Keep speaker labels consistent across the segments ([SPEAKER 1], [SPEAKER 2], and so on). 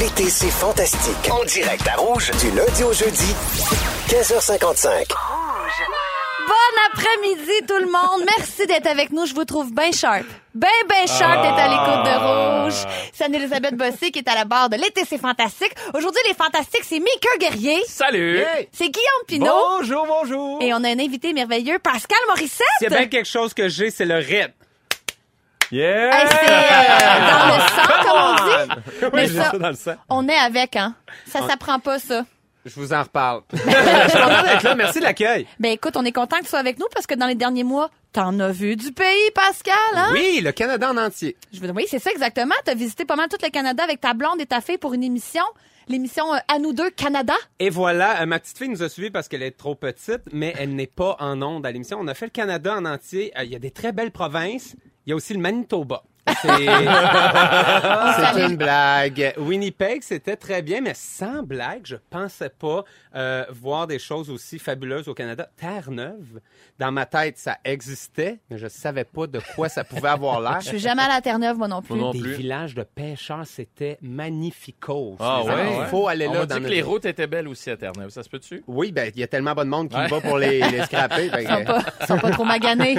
[SPEAKER 1] L'été, c'est fantastique. En direct à Rouge, du lundi au jeudi, 15h55.
[SPEAKER 2] Bon après-midi tout le monde. Merci d'être avec nous. Je vous trouve bien sharp. Ben, ben sharp d'être à l'écoute
[SPEAKER 3] Ah.
[SPEAKER 2] de Rouge. C'est Anne-Elisabeth Bossé qui est à la barre de l'été, c'est fantastique. Aujourd'hui, les fantastiques, c'est Mika Guerrier.
[SPEAKER 3] Salut!
[SPEAKER 2] C'est Guillaume Pinot.
[SPEAKER 3] Bonjour, bonjour!
[SPEAKER 2] Et on a un invité merveilleux, Pascal Morissette.
[SPEAKER 3] S'il y a bien quelque chose que j'ai, c'est le rythme.
[SPEAKER 2] Hey, c'est, euh, dans le sang, comme on dit. Mais
[SPEAKER 3] Oui, j'ai
[SPEAKER 2] ça-
[SPEAKER 3] ça dans le sang.
[SPEAKER 2] On est avec, hein. Ça s'apprend pas, ça.
[SPEAKER 3] Je vous en reparle. Je suis content d'être là. Merci de l'accueil.
[SPEAKER 2] Ben écoute, on est content que tu sois avec nous parce que dans les derniers mois, t'en as vu du pays, Pascal, hein?
[SPEAKER 4] Oui, le Canada en entier.
[SPEAKER 2] Je veux, oui, c'est ça exactement. T'as visité pas mal tout le Canada avec ta blonde et ta fille pour une émission, l'émission euh, À nous deux Canada.
[SPEAKER 3] Et voilà, euh, ma petite fille nous a suivis parce qu'elle est trop petite, mais elle n'est pas en onde à l'émission. On a fait le Canada en entier. Euh, Il y a des très belles provinces. Il y a aussi le Manitoba. C'est
[SPEAKER 5] Ah,
[SPEAKER 4] C'est une blague.
[SPEAKER 3] Winnipeg, c'était très bien, mais sans blague, je pensais pas euh, voir des choses aussi fabuleuses au Canada. Terre-Neuve, dans ma tête, ça existait, mais je savais pas de quoi ça pouvait avoir l'air.
[SPEAKER 2] Je suis jamais allée à Terre-Neuve, moi non plus.
[SPEAKER 5] non
[SPEAKER 3] Des
[SPEAKER 5] plus.
[SPEAKER 3] villages de pêcheurs, c'était magnifique.
[SPEAKER 5] Ah ouais?
[SPEAKER 4] Il faut aller
[SPEAKER 5] On
[SPEAKER 4] là
[SPEAKER 5] m'a
[SPEAKER 4] dans
[SPEAKER 5] dit que
[SPEAKER 4] notre-
[SPEAKER 5] les routes étaient belles aussi à Terre-Neuve, ça se peut-tu?
[SPEAKER 4] Oui, ben il y a tellement pas de monde qui me va pour les, les scraper. ben,
[SPEAKER 2] Ils sont pas, ils sont pas trop maganés.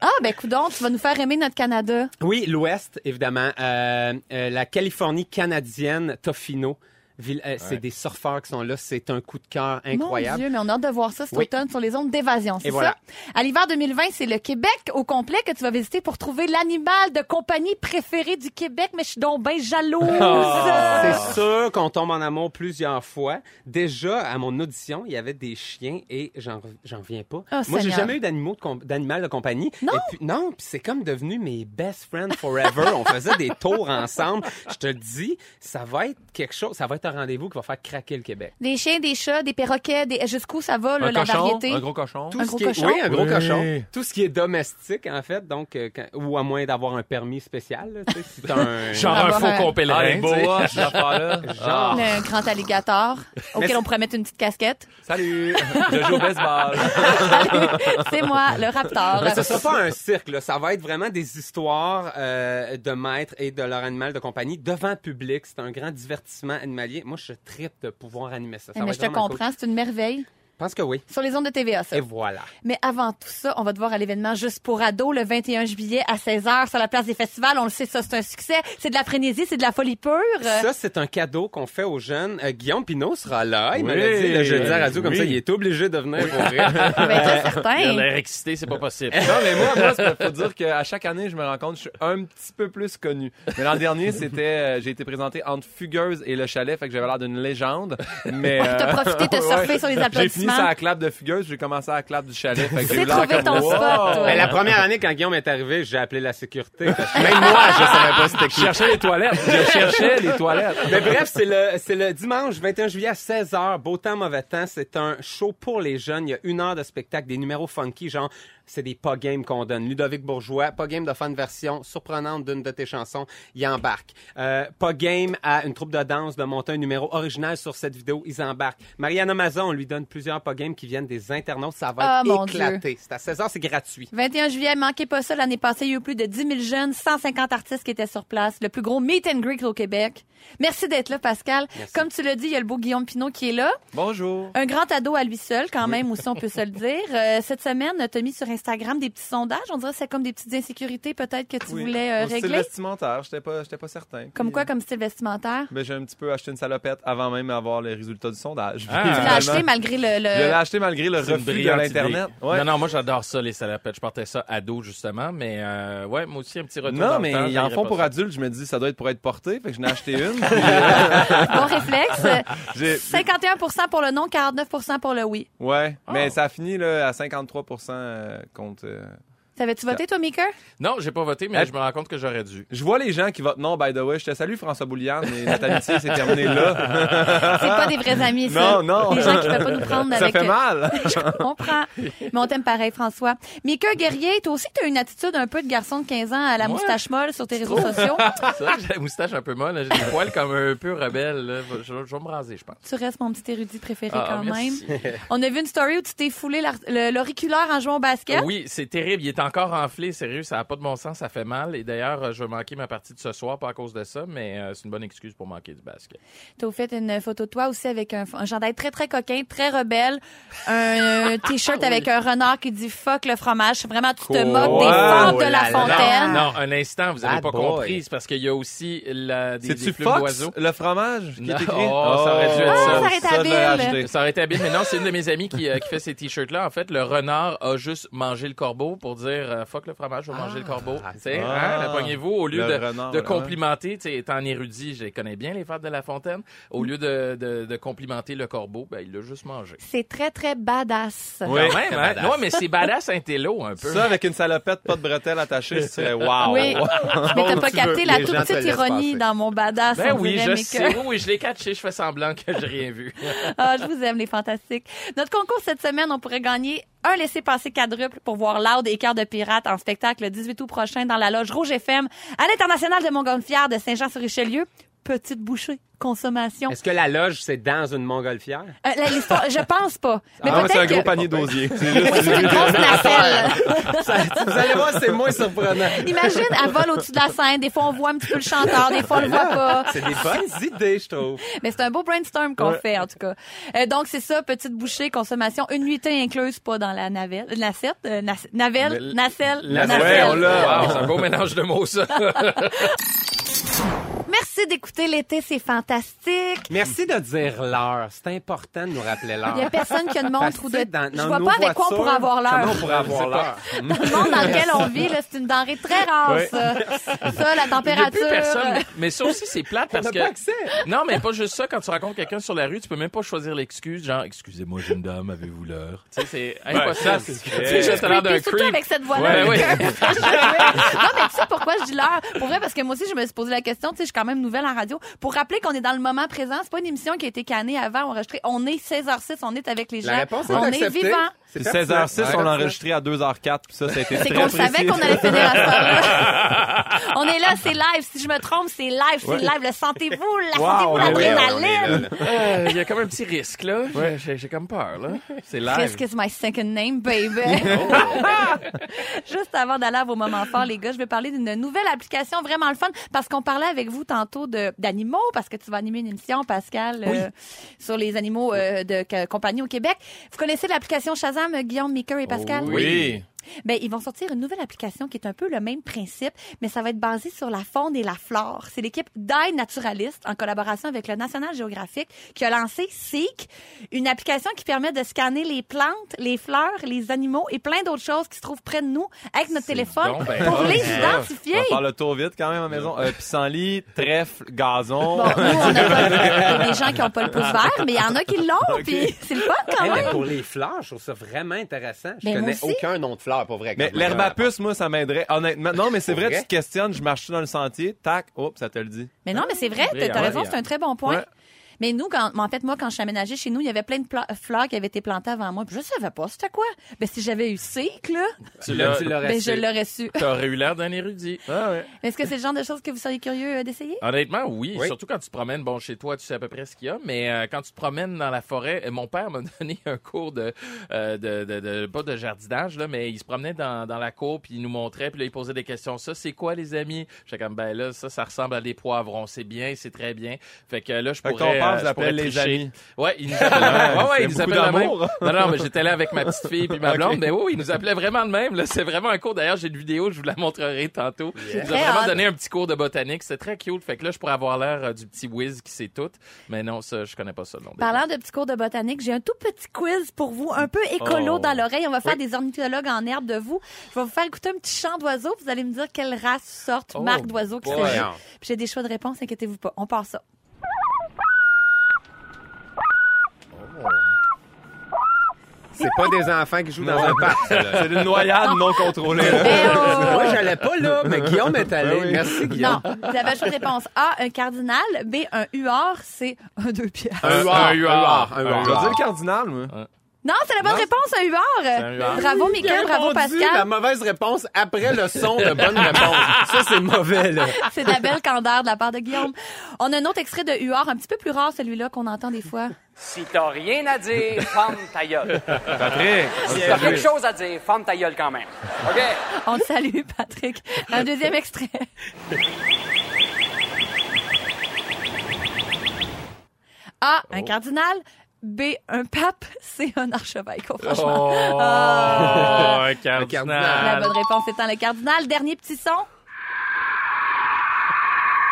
[SPEAKER 2] Ah, ben coudon, tu vas nous faire aimer notre Canada.
[SPEAKER 3] euh, Oui, l'Ouest, évidemment. Euh, euh, la Californie canadienne, Tofino. Ville- euh, C'est des surfeurs qui sont là. C'est un coup de cœur incroyable.
[SPEAKER 2] Mon Dieu, mais on a hâte de voir ça cet
[SPEAKER 3] Oui.
[SPEAKER 2] automne sur les ondes d'évasion, c'est
[SPEAKER 3] Et voilà.
[SPEAKER 2] ça? À l'hiver 2020, c'est le Québec au complet que tu vas visiter pour trouver l'animal de compagnie préféré du Québec, mais je suis donc bien jalouse.
[SPEAKER 3] Ah!
[SPEAKER 2] Ah!
[SPEAKER 3] C'est sûr qu'on tombe en amour plusieurs fois. Déjà, à mon audition, il y avait des chiens et j'en j'en reviens pas.
[SPEAKER 2] Oh,
[SPEAKER 3] Moi, j'ai
[SPEAKER 2] Seigneur.
[SPEAKER 3] jamais eu d'animaux de com- d'animal de compagnie.
[SPEAKER 2] Non?
[SPEAKER 3] Et puis- non, puis c'est comme devenu mes best friends forever. On faisait des tours ensemble. Je te le dis, ça va être quelque chose, ça va être un rendez-vous qui va faire craquer le Québec.
[SPEAKER 2] Des chiens, des chats, des perroquets, des... jusqu'où ça va, là,
[SPEAKER 5] un
[SPEAKER 2] la
[SPEAKER 5] cochon,
[SPEAKER 2] variété?
[SPEAKER 5] un gros cochon.
[SPEAKER 3] Tout
[SPEAKER 2] Un
[SPEAKER 3] ce
[SPEAKER 2] gros
[SPEAKER 3] qui
[SPEAKER 2] cochon?
[SPEAKER 3] Est, oui, un gros
[SPEAKER 5] Oui.
[SPEAKER 3] cochon. Tout ce qui est domestique, en fait, donc, euh, quand- ou à moins d'avoir un permis spécial, là, tu sais, c'est un...
[SPEAKER 5] Genre
[SPEAKER 2] Ah,
[SPEAKER 5] un
[SPEAKER 2] bah,
[SPEAKER 5] faux
[SPEAKER 2] euh,
[SPEAKER 5] compélerin,
[SPEAKER 6] Ah, une
[SPEAKER 5] tu sais.
[SPEAKER 6] boa, cette affaire-là.
[SPEAKER 3] Genre.
[SPEAKER 2] Un grand alligator auquel
[SPEAKER 3] Ah. c'est-
[SPEAKER 2] on pourrait mettre une petite casquette.
[SPEAKER 6] Salut, je joue au baseball.
[SPEAKER 2] C'est moi, le raptor.
[SPEAKER 3] Mais ce sera pas un cirque, là. ça va être vraiment des histoires euh, de maîtres et de leur animal de compagnie devant public. C'est un grand divertissement animalier. Moi, je tripe de pouvoir animer ça. ça
[SPEAKER 2] Eh,
[SPEAKER 3] va
[SPEAKER 2] mais
[SPEAKER 3] être
[SPEAKER 2] je te
[SPEAKER 3] vraiment cool.
[SPEAKER 2] comprends, c'est une merveille.
[SPEAKER 3] Je pense que oui.
[SPEAKER 2] Sur les ondes de TVA, ça.
[SPEAKER 3] Et voilà.
[SPEAKER 2] Mais avant tout ça, on va te voir à l'événement Juste pour ados le 21 juillet à 16h sur la place des festivals. On le sait, ça, c'est un succès. C'est de la frénésie, c'est de la folie pure.
[SPEAKER 3] Ça, c'est un cadeau qu'on fait aux jeunes. Euh, Guillaume Pinot sera là. Il me
[SPEAKER 5] Oui.
[SPEAKER 3] l'a dit le jeudi à la radio, comme
[SPEAKER 5] Oui.
[SPEAKER 3] ça, il est obligé de venir pour rire.
[SPEAKER 2] Ben, c'est
[SPEAKER 3] Euh,
[SPEAKER 5] Il a
[SPEAKER 2] certain.
[SPEAKER 5] l'air excité, c'est pas possible.
[SPEAKER 6] Non, mais moi, moi, c'est- faut dire qu'à chaque année, je me rends compte, je suis un petit peu plus connu. Mais l'an dernier, c'était, euh, j'ai été présenté entre Fugueuse et Le Chalet, fait que j'avais l'air d'une légende. Mais. euh,
[SPEAKER 2] T'as profité
[SPEAKER 3] Euh,
[SPEAKER 2] de surfer sur les
[SPEAKER 6] J'ai fini
[SPEAKER 2] applaudissements.
[SPEAKER 6] sur la clap de Fugueuse, j'ai commencé à la clap du Chalet, fait que
[SPEAKER 2] Tu
[SPEAKER 6] j'ai
[SPEAKER 2] sais
[SPEAKER 6] eu l'air
[SPEAKER 2] trouver
[SPEAKER 6] comme
[SPEAKER 2] ton
[SPEAKER 6] wow.
[SPEAKER 2] spot, toi.
[SPEAKER 3] Mais la première année, quand Guillaume est arrivé, j'ai appelé la sécurité. parce que
[SPEAKER 4] Même moi, je savais pas c'était
[SPEAKER 6] Ah, Je cherchais les toilettes, je cherchais les toilettes.
[SPEAKER 3] Mais bref, c'est le, c'est le dimanche 21 juillet à 16h, beau temps, mauvais temps. C'est un show pour les jeunes. Il y a une heure de spectacle, des numéros funky, genre, c'est des pas games qu'on donne. Ludovic Bourgeois, pas game de fan version surprenante d'une de tes chansons, il embarque. Euh, pas game à une troupe de danse de monter un numéro original sur cette vidéo, ils embarquent. Mariana Mazon, on lui donne plusieurs pas games qui viennent des internautes. Ça va
[SPEAKER 2] Ah, mon
[SPEAKER 3] être éclaté. C'est à 16h, c'est gratuit.
[SPEAKER 2] 21 juillet, manquez pas ça. L'année passée, il y a eu plus de 10 000 jeunes, 150 artistes qui étaient sur place. Le plus gros meet and greet au Québec. Merci d'être là, Pascal. Comme tu l'as dit, il y a le beau Guillaume Pinot qui est là.
[SPEAKER 6] Bonjour.
[SPEAKER 2] Un grand ado à lui seul, quand même, aussi, on peut se le dire. Euh, cette semaine, t'as mis sur Instagram des petits sondages. On dirait que c'est comme des petites insécurités, peut-être, que tu
[SPEAKER 6] Oui.
[SPEAKER 2] voulais euh,
[SPEAKER 6] Mon style
[SPEAKER 2] régler.
[SPEAKER 6] vestimentaire, j'étais pas, j'étais pas certain.
[SPEAKER 2] Comme
[SPEAKER 6] Puis,
[SPEAKER 2] quoi, comme style vestimentaire?
[SPEAKER 6] Ben, j'ai un petit peu acheté une salopette avant même d'avoir les résultats du sondage.
[SPEAKER 5] Ah.
[SPEAKER 6] Puis,
[SPEAKER 2] Tu l'as
[SPEAKER 6] finalement,
[SPEAKER 2] acheté euh, malgré le...
[SPEAKER 6] Euh, Je l'ai
[SPEAKER 2] le...
[SPEAKER 6] acheté malgré le
[SPEAKER 5] C'est une
[SPEAKER 6] refus de
[SPEAKER 5] brillante
[SPEAKER 6] l'Internet.
[SPEAKER 5] idée.
[SPEAKER 6] Ouais.
[SPEAKER 5] Non, non, moi j'adore ça, les salopettes. Je portais ça ado, justement, mais euh, ouais, moi aussi un petit retour.
[SPEAKER 6] Non,
[SPEAKER 5] dans le
[SPEAKER 6] mais
[SPEAKER 5] temps, ben,
[SPEAKER 6] ils en
[SPEAKER 5] j'aimerais
[SPEAKER 6] font
[SPEAKER 5] pas
[SPEAKER 6] pour
[SPEAKER 5] ça.
[SPEAKER 6] adultes. Je me dis, ça doit être pour être porté. Fait que je n'ai acheté une. puis, euh,
[SPEAKER 2] Bon réflexe.
[SPEAKER 6] j'ai-
[SPEAKER 2] 51 pour le non, 49 pour le oui.
[SPEAKER 6] Ouais,
[SPEAKER 5] Oh.
[SPEAKER 6] mais ça a fini là, à 53 euh, contre. euh,
[SPEAKER 2] T'avais-tu voté, toi, Mika?
[SPEAKER 5] Non, j'ai pas voté, mais
[SPEAKER 6] Hey.
[SPEAKER 5] je me rends compte que j'aurais dû.
[SPEAKER 6] Je vois les gens qui votent non, by the way. Je te salue, François Bouliane, et notre amitié s'est terminée là.
[SPEAKER 2] C'est pas des vrais amis, ça.
[SPEAKER 6] Non, non.
[SPEAKER 2] Les gens qui peuvent pas nous prendre
[SPEAKER 6] Ça
[SPEAKER 2] avec...
[SPEAKER 6] fait mal.
[SPEAKER 2] Je comprends. Mais on t'aime pareil, François. Mika Guerrier, toi aussi, t'as une attitude un peu de garçon de 15 ans à la
[SPEAKER 5] Ouais.
[SPEAKER 2] moustache molle sur tes réseaux sociaux.
[SPEAKER 5] C'est vrai que j'ai la moustache un peu molle, là. j'ai des poils comme un peu rebelle. là. Je, je vais me raser, je pense.
[SPEAKER 2] Tu restes mon petit érudit préféré
[SPEAKER 5] Ah,
[SPEAKER 2] quand
[SPEAKER 5] merci.
[SPEAKER 2] même. On a vu une story où tu t'es foulé l'ar- le- l'auriculaire en jouant au basket.
[SPEAKER 5] Oui, c'est terrible. Il est en encore enflé, sérieux, ça n'a pas de bon sens, ça fait mal. Et d'ailleurs, euh, je vais manquer ma partie de ce soir, pas à cause de ça, mais euh, c'est une bonne excuse pour manquer du basket.
[SPEAKER 2] T'as fait une photo de toi aussi avec un, un chandail très, très coquin, très rebelle. Un euh, t-shirt avec un renard qui dit fuck le fromage. Vraiment, tu te
[SPEAKER 5] Cool.
[SPEAKER 2] moques des
[SPEAKER 6] Oh
[SPEAKER 2] fentes de
[SPEAKER 4] là
[SPEAKER 2] la
[SPEAKER 4] là.
[SPEAKER 2] fontaine.
[SPEAKER 5] Non, non, un instant, vous n'avez
[SPEAKER 4] Bad
[SPEAKER 5] pas
[SPEAKER 4] boy.
[SPEAKER 5] compris. C'est parce qu'il y a aussi la, des, des
[SPEAKER 6] C'est-tu
[SPEAKER 5] plumes
[SPEAKER 6] Fox,
[SPEAKER 5] d'oiseaux.
[SPEAKER 6] le fromage qui est
[SPEAKER 5] Non.
[SPEAKER 6] écrit?
[SPEAKER 5] Oh, ça aurait dû être ça.
[SPEAKER 2] Ah, ça aurait été
[SPEAKER 6] je l'aurais
[SPEAKER 2] habile.
[SPEAKER 6] acheté.
[SPEAKER 5] Ça aurait été habile, mais non, c'est une de mes amies qui, euh, qui fait ces t-shirts-là. En fait, le renard a juste mangé le corbeau pour dire euh, fuck le fromage, je vais manger le corbeau. Tu sais,
[SPEAKER 6] Ah.
[SPEAKER 5] hein, la pognez-vous au lieu
[SPEAKER 6] Le
[SPEAKER 5] de,
[SPEAKER 6] renard,
[SPEAKER 5] de
[SPEAKER 6] le renard.
[SPEAKER 5] complimenter, tu sais, étant érudit, je les connais bien les fêtes de la fontaine. Au lieu de, de, de complimenter le corbeau, ben, il l'a juste mangé.
[SPEAKER 2] C'est très, très badass.
[SPEAKER 6] Oui.
[SPEAKER 5] Quand même, hein? Non, mais c'est badass intello un peu.
[SPEAKER 6] Ça, avec une salopette, pas de bretelles attachées, ce serait wow. Ah,
[SPEAKER 2] Oui. Mais t'as pas
[SPEAKER 4] tu veux,
[SPEAKER 2] capté la
[SPEAKER 4] les
[SPEAKER 2] toute
[SPEAKER 4] gens te
[SPEAKER 2] petite
[SPEAKER 4] laissent
[SPEAKER 2] ironie
[SPEAKER 4] passer.
[SPEAKER 2] dans mon badass.
[SPEAKER 5] ben
[SPEAKER 2] on
[SPEAKER 5] oui,
[SPEAKER 2] dirait,
[SPEAKER 5] je
[SPEAKER 2] mais que-
[SPEAKER 5] sais, oui, oui, je l'ai catché, je fais semblant que j'ai rien vu.
[SPEAKER 2] Ah, je vous aime, les fantastiques. Notre concours cette semaine, on pourrait gagner un laissez-passer quadruple pour voir Loud et Cœur de Pirate en spectacle le 18 août prochain dans la loge Rouge FM à l'international de Montgolfière de Saint-Jean-sur-Richelieu. Petite bouchée, consommation.
[SPEAKER 3] Est-ce que la loge, c'est dans une montgolfière?
[SPEAKER 2] Euh, la- l'histoire, je pense pas. Mais
[SPEAKER 6] Ah, moi, c'est un
[SPEAKER 2] peut-être
[SPEAKER 6] gros
[SPEAKER 2] que...
[SPEAKER 6] panier d'osier.
[SPEAKER 2] Oui, c'est une grosse nacelle.
[SPEAKER 3] Vous allez voir, c'est moins surprenant.
[SPEAKER 2] Imagine, elle vole au-dessus de la scène. Des fois, on voit un petit peu le chanteur. Des fois, on le voit pas.
[SPEAKER 3] C'est des bonnes idées, je trouve.
[SPEAKER 2] Mais c'est un beau brainstorm qu'on fait, en tout cas. Euh, donc, c'est ça, petite bouchée, consommation, une nuitée incluse, pas dans la navelle, nacette, euh, nace- navelle,
[SPEAKER 5] Mais-
[SPEAKER 2] nacelle,
[SPEAKER 5] La
[SPEAKER 2] nacelle.
[SPEAKER 6] Ouais, on l'a.
[SPEAKER 5] Wow, c'est un beau mélange de mots, ça.
[SPEAKER 2] Merci d'écouter l'été, c'est fantastique.
[SPEAKER 3] Merci de dire l'heure. C'est important de nous rappeler l'heure.
[SPEAKER 2] Il n'y a personne qui a de
[SPEAKER 3] Parce
[SPEAKER 2] montre
[SPEAKER 3] que
[SPEAKER 2] ou de...
[SPEAKER 3] dans-
[SPEAKER 2] Je
[SPEAKER 3] dans
[SPEAKER 2] vois
[SPEAKER 3] nos
[SPEAKER 2] pas avec quoi on
[SPEAKER 3] voitures,
[SPEAKER 2] pourrait avoir l'heure.
[SPEAKER 3] Comment on pourrait avoir l'heure?
[SPEAKER 2] Dans le monde dans lequel on vit, là, c'est une denrée très rare,
[SPEAKER 6] Ouais.
[SPEAKER 2] ça. Ça, la
[SPEAKER 5] Il y a plus personne.
[SPEAKER 2] température... euh,
[SPEAKER 5] mais- Mais ça aussi, c'est plate parce
[SPEAKER 3] n'a
[SPEAKER 5] que.
[SPEAKER 3] pas accès.
[SPEAKER 5] Non, mais pas juste ça. Quand tu rencontres quelqu'un sur la rue, tu peux même pas choisir l'excuse, genre, excusez-moi, jeune dame, avez-vous l'heure? Tu sais, c'est impossible.
[SPEAKER 6] ça, c'est ce
[SPEAKER 5] Tu
[SPEAKER 6] que-
[SPEAKER 5] sais, juste l'air d'un
[SPEAKER 2] Creepy, surtout
[SPEAKER 5] creep.
[SPEAKER 2] avec cette voix-là.
[SPEAKER 5] Ouais, ouais.
[SPEAKER 2] non, mais tu sais pourquoi je dis l'heure? Pour vrai, parce que moi aussi, je me suis posé la question, tu sais, je suis quand même nouvelle en radio. Pour rappeler qu'on est dans le moment présent, c'est pas une émission qui a été cannée avant, enregistrée. On est 16h06, on est avec les gens.
[SPEAKER 4] La réponse est
[SPEAKER 2] on est
[SPEAKER 4] acceptée.
[SPEAKER 2] vivant.
[SPEAKER 6] Puis
[SPEAKER 4] pertinent.
[SPEAKER 6] 16h06,
[SPEAKER 4] Ouais.
[SPEAKER 6] on l'a enregistré à 2h04, puis ça, ça a été
[SPEAKER 2] C'est
[SPEAKER 6] très
[SPEAKER 2] qu'on
[SPEAKER 6] précis.
[SPEAKER 2] savait qu'on allait finir à ce là On est là, c'est live. Si je me trompe, c'est live, c'est live. Le sentez-vous, la
[SPEAKER 3] Ah
[SPEAKER 2] sentez-vous,
[SPEAKER 6] on est là, on est
[SPEAKER 2] l'adrénaline.
[SPEAKER 5] Euh, Il y a comme un petit risque, là. J'ai j'ai comme peur, là. C'est live.
[SPEAKER 2] Risk is my second name, baby. Juste avant d'aller à vos moments forts, les gars, je vais parler d'une nouvelle application vraiment le fun parce qu'on parlait avec vous tantôt de- d'animaux parce que tu vas animer une émission, Pascal, euh, sur les animaux euh, de que- compagnie au Québec. Vous connaissez l'application Shazam, euh, Guillaume, Maker et Pascal?
[SPEAKER 6] Oui.
[SPEAKER 2] Ben, ils vont sortir une nouvelle application qui est un peu le même principe, mais ça va être basé sur la faune et la flore. C'est l'équipe Die Naturalist, en collaboration avec le National Geographic, qui a lancé Seek, une application qui permet de scanner les plantes, les fleurs, les animaux et plein d'autres choses qui se trouvent près de nous avec notre téléphone
[SPEAKER 5] donc ben
[SPEAKER 2] pour
[SPEAKER 5] bon,
[SPEAKER 2] les
[SPEAKER 5] ça.
[SPEAKER 6] On va
[SPEAKER 2] identifier.
[SPEAKER 6] faire le tour vite quand même à la maison. Euh, pissenlit, trèfle, gazon.
[SPEAKER 2] Bon, nous, on a pas- il y a des gens qui n'ont pas le pouce vert, mais il y en a qui l'ont, puis c'est le fun
[SPEAKER 3] Hey,
[SPEAKER 2] quand
[SPEAKER 3] Eh, mais
[SPEAKER 2] même.
[SPEAKER 3] pour les fleurs, je trouve ça vraiment intéressant. Je
[SPEAKER 2] Mais Ah Ben, moi
[SPEAKER 3] connais
[SPEAKER 2] aussi.
[SPEAKER 4] Aucun nom de fleur, pour vrai.
[SPEAKER 6] Mais
[SPEAKER 4] quand même.
[SPEAKER 6] l'herbe à puce, moi, ça m'aiderait. Honnêtement. Non, mais c'est
[SPEAKER 4] Pour
[SPEAKER 6] vrai,
[SPEAKER 4] vrai?
[SPEAKER 6] tu te questionnes, je marche-tu dans le sentier? Tac, hop, ça te le dit.
[SPEAKER 2] Mais non, mais c'est vrai, t'as t'as
[SPEAKER 5] ouais,
[SPEAKER 2] raison,
[SPEAKER 5] ouais.
[SPEAKER 2] c'est un très bon point.
[SPEAKER 6] Ouais.
[SPEAKER 2] Mais nous, quand, en fait, moi, quand je suis aménagée chez nous, il y avait plein de pla- fleurs qui avaient été plantées avant moi. Puis je savais pas c'était quoi. Ben, si j'avais eu cycle, là,
[SPEAKER 5] Tu l'as-
[SPEAKER 3] Tu l'aurais
[SPEAKER 2] ben,
[SPEAKER 3] su.
[SPEAKER 2] je l'aurais su.
[SPEAKER 5] T'aurais eu l'air d'un érudit.
[SPEAKER 6] Ah, ouais.
[SPEAKER 2] Est-ce que c'est le genre de choses que vous seriez curieux euh, d'essayer?
[SPEAKER 5] Honnêtement, oui.
[SPEAKER 4] Oui.
[SPEAKER 5] Surtout quand tu te promènes, bon, chez toi, tu sais à peu près ce qu'il y a, mais euh, quand tu te promènes dans la forêt, euh, mon père m'a donné un cours de, euh, de, de, de- pas de jardinage, là, mais il se promenait dans, dans la cour, puis il nous montrait, puis là, il posait des questions. Ça, c'est quoi, les amis? J'étais comme, ben là, ça, ça ressemble à des poivrons. C'est bien, c'est très bien. Fait que là, je
[SPEAKER 6] Fait
[SPEAKER 5] pourrais...
[SPEAKER 6] que ton
[SPEAKER 5] euh,
[SPEAKER 6] père, vous
[SPEAKER 5] je
[SPEAKER 6] appelle
[SPEAKER 5] pourrais
[SPEAKER 6] les
[SPEAKER 5] tricher.
[SPEAKER 6] amis. Ah,
[SPEAKER 5] Ouais, il nous appelait... ouais, ouais,
[SPEAKER 6] C'est
[SPEAKER 5] il nous
[SPEAKER 6] beaucoup
[SPEAKER 5] appelait de
[SPEAKER 6] d'amour.
[SPEAKER 5] même. Non, non, mais j'étais là avec ma petite fille puis ma blonde.
[SPEAKER 6] Ok.
[SPEAKER 5] Mais oui, oui, il nous appelait vraiment de même. là. C'est vraiment un cours. D'ailleurs, j'ai une vidéo, je vous la montrerai tantôt. Il nous a
[SPEAKER 2] Très
[SPEAKER 5] vraiment
[SPEAKER 2] hâte.
[SPEAKER 5] donné un petit cours de botanique. C'était très cute. Fait que là, je pourrais avoir l'air euh, du petit whiz qui sait tout. Mais non, ça, je connais pas ça. le nom des-
[SPEAKER 2] Parlant de petits cours de botanique, j'ai un tout petit quiz pour vous, un peu écolo
[SPEAKER 6] Oh.
[SPEAKER 2] dans l'oreille. On va faire des ornithologues en herbe de vous. Je vais vous faire écouter un petit chant d'oiseaux. Vous allez me dire quelle race, sorte,
[SPEAKER 5] Oh,
[SPEAKER 2] marque d'oiseau qui
[SPEAKER 5] boy.
[SPEAKER 2] s'agit.
[SPEAKER 4] Voyons.
[SPEAKER 2] Puis J'ai des choix de réponse, inquiétez-vous pas. On part ça.
[SPEAKER 4] C'est pas des enfants qui jouent dans un parc. ça, là.
[SPEAKER 6] C'est une noyade non contrôlée. là.
[SPEAKER 2] Eh oh!
[SPEAKER 3] Moi, j'allais pas là, mais Guillaume est allé.
[SPEAKER 4] Ben oui.
[SPEAKER 3] Merci,
[SPEAKER 2] Non,
[SPEAKER 3] Guillaume.
[SPEAKER 2] vous avez le choix de réponse. A, un cardinal. B, un huard. C, un deux pierres.
[SPEAKER 4] Un huard, un
[SPEAKER 3] Ah,
[SPEAKER 4] huard, un
[SPEAKER 6] Je vais
[SPEAKER 4] huard.
[SPEAKER 6] dire le cardinal, moi.
[SPEAKER 2] Non, c'est la bonne réponse, un huard.
[SPEAKER 5] un huard.
[SPEAKER 2] Bravo, Mika, bravo,
[SPEAKER 4] Répondu, La
[SPEAKER 2] Pascal.
[SPEAKER 4] mauvaise réponse après le son de bonne réponse. Ça, c'est mauvais, là.
[SPEAKER 2] C'est de la belle candeur de la part de Guillaume. On a un autre extrait de huard, un petit peu plus rare, celui-là qu'on entend des fois.
[SPEAKER 7] Si t'as rien à dire, ferme ta gueule.
[SPEAKER 6] Patrick,
[SPEAKER 7] Si t'as quelque chose à dire, ferme ta gueule quand même. OK?
[SPEAKER 2] On te salue, Patrick. Un deuxième extrait. A, un cardinal. B, un pape. C, un archevêque, oh, franchement.
[SPEAKER 5] Oh,
[SPEAKER 2] Ah.
[SPEAKER 5] un cardinal.
[SPEAKER 2] La bonne réponse étant le cardinal. Dernier petit son.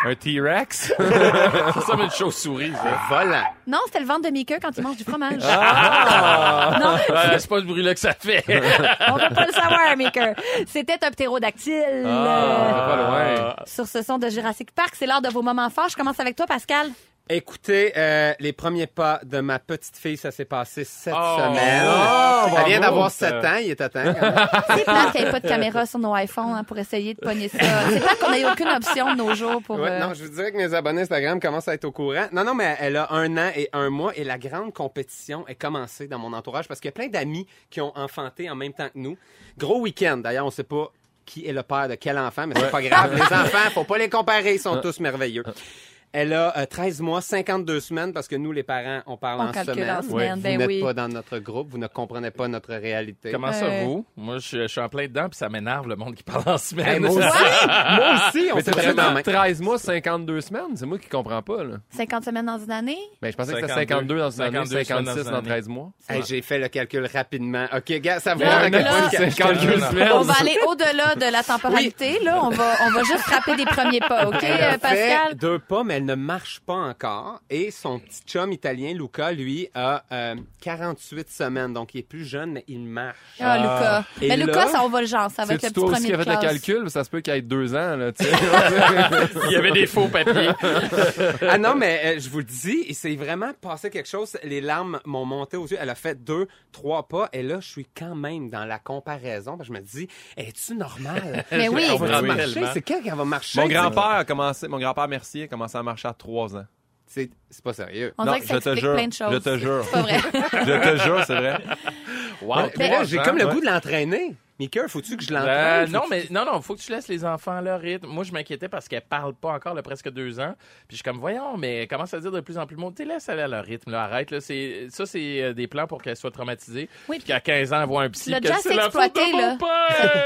[SPEAKER 6] un T-Rex.
[SPEAKER 5] Ça ressemble à une chauve-souris, ça.
[SPEAKER 3] Volant.
[SPEAKER 2] Non, c'était le ventre de Mickey quand il mange du fromage.
[SPEAKER 5] Ah, c'est pas ce bruit-là que ça fait.
[SPEAKER 2] On va pas le savoir, Maker. C'était un ptérodactyle. euh,
[SPEAKER 6] Ah, pas loin.
[SPEAKER 2] Sur ce son de Jurassic Park, c'est l'heure de vos moments forts. Je commence avec toi, Pascal.
[SPEAKER 3] Écoutez, euh, les premiers pas de ma petite fille, ça s'est passé cette
[SPEAKER 5] Oh. Euh.
[SPEAKER 3] semaine.
[SPEAKER 6] bravo.
[SPEAKER 3] Elle vient d'avoir 7 ans, il est à temps. quand même.
[SPEAKER 2] C'est plate qu'il n'y ait pas de caméra sur nos iPhones hein, pour essayer de pogner ça. C'est plate qu'on ait aucune option de nos jours pour...
[SPEAKER 3] Ouais,
[SPEAKER 2] euh,
[SPEAKER 3] Non, je vous dirais que mes abonnés Instagram commencent à être au courant. Non, non, mais elle a un an et un mois et la grande compétition est commencée dans mon entourage parce qu'il y a plein d'amis qui ont enfanté en même temps que nous. Gros week-end, d'ailleurs, on sait pas qui est le père de quel enfant, mais c'est pas grave. Les enfants, faut pas les comparer, ils
[SPEAKER 6] Ah.
[SPEAKER 3] sont tous merveilleux. Elle a euh, 13 mois, 52 semaines, parce que nous, les parents, on parle
[SPEAKER 2] On
[SPEAKER 3] en
[SPEAKER 2] calcule
[SPEAKER 3] semaines.
[SPEAKER 2] en semaines,
[SPEAKER 3] vous
[SPEAKER 2] ben
[SPEAKER 3] n'êtes
[SPEAKER 2] oui.
[SPEAKER 3] pas dans notre groupe, vous ne comprenez pas notre réalité.
[SPEAKER 5] Comment
[SPEAKER 2] Ouais.
[SPEAKER 5] ça, vous? Moi, je, je suis en plein dedans, puis ça m'énerve, le monde qui parle en semaine.
[SPEAKER 3] Hey, Eh, moi aussi, moi aussi, on
[SPEAKER 6] Mais
[SPEAKER 3] s'est
[SPEAKER 6] c'est
[SPEAKER 3] pris dans la main.
[SPEAKER 6] vraiment 13 mois, 52 semaines. C'est moi qui comprends pas, là.
[SPEAKER 2] 50 semaines dans une année.
[SPEAKER 6] Ben, je pensais que c'était 52
[SPEAKER 5] 52
[SPEAKER 6] dans une année,
[SPEAKER 5] 52 semaines dans
[SPEAKER 6] 56
[SPEAKER 5] une
[SPEAKER 6] dans
[SPEAKER 5] année.
[SPEAKER 6] 13 mois.
[SPEAKER 3] Hey, J'ai fait le calcul rapidement. OK, gars, ça
[SPEAKER 2] Là,
[SPEAKER 3] va. à quel
[SPEAKER 2] là,
[SPEAKER 3] point je-
[SPEAKER 6] 52
[SPEAKER 5] non.
[SPEAKER 6] semaines.
[SPEAKER 2] On va aller au-delà de la temporalité. Là, on va, on va juste frapper des premiers pas, OK,
[SPEAKER 3] Elle a
[SPEAKER 2] euh, Pascal?
[SPEAKER 3] fait deux pas, mais elle ne marche pas encore. Et son petit chum italien, Luca, lui, a euh, 48 semaines. Donc, il est plus jeune, mais il marche.
[SPEAKER 2] Ah, Lucas.
[SPEAKER 3] Et
[SPEAKER 2] Mais
[SPEAKER 3] là,
[SPEAKER 2] Lucas, ça, on va le genre. Ça va être le petit
[SPEAKER 6] C'est toi aussi
[SPEAKER 2] premier
[SPEAKER 6] qui
[SPEAKER 2] de
[SPEAKER 6] a fait le
[SPEAKER 2] classe.
[SPEAKER 6] calcul, ça se peut qu'il y ait deux ans, là, tu sais.
[SPEAKER 5] Il y avait des faux papiers.
[SPEAKER 3] Ah non, mais euh, je vous le dis, il s'est vraiment passé quelque chose. Les larmes m'ont monté aux yeux. Elle a fait deux, trois pas. Et là, je suis quand même dans la comparaison. Parce que je me dis, es-tu normale?
[SPEAKER 2] Mais oui.
[SPEAKER 3] Elle va
[SPEAKER 5] Oui.
[SPEAKER 3] marcher?
[SPEAKER 5] Tellement.
[SPEAKER 3] C'est quand qu'elle va marcher?
[SPEAKER 6] mon grand-père a commencé, mon grand-père Mercier a commencé à marcher à 3 ans.
[SPEAKER 3] C'est c'est pas sérieux.
[SPEAKER 2] On
[SPEAKER 6] Non,
[SPEAKER 2] dirait que ça
[SPEAKER 6] je te
[SPEAKER 2] explique
[SPEAKER 6] jure,
[SPEAKER 2] plein de choses.
[SPEAKER 6] je te jure.
[SPEAKER 2] C'est pas vrai.
[SPEAKER 6] Je te jure, c'est vrai.
[SPEAKER 5] Wow,
[SPEAKER 3] Mais là,
[SPEAKER 5] trois
[SPEAKER 3] j'ai
[SPEAKER 5] ans.
[SPEAKER 3] comme le goût de l'entraîner. Mika, faut-tu que je l'entraîne?
[SPEAKER 5] Euh,
[SPEAKER 3] Faut-tu
[SPEAKER 5] non, mais non, non, faut que tu laisses les enfants à leur rythme. Moi, je m'inquiétais parce qu'elle parle pas encore, le presque deux ans. Puis je suis comme, voyons, mais elle commence à dire de plus en plus, mon, t'es laisse aller à leur rythme, là, arrête, là. C'est, ça, c'est euh, des plans pour qu'elle soit traumatisée.
[SPEAKER 2] Oui,
[SPEAKER 5] Puis qu'à 15 ans, elle voit un psy.
[SPEAKER 2] Tu l'as
[SPEAKER 5] puis qu'elle
[SPEAKER 2] déjà
[SPEAKER 5] dit, C'est la faute de
[SPEAKER 2] exploité, là.
[SPEAKER 5] mon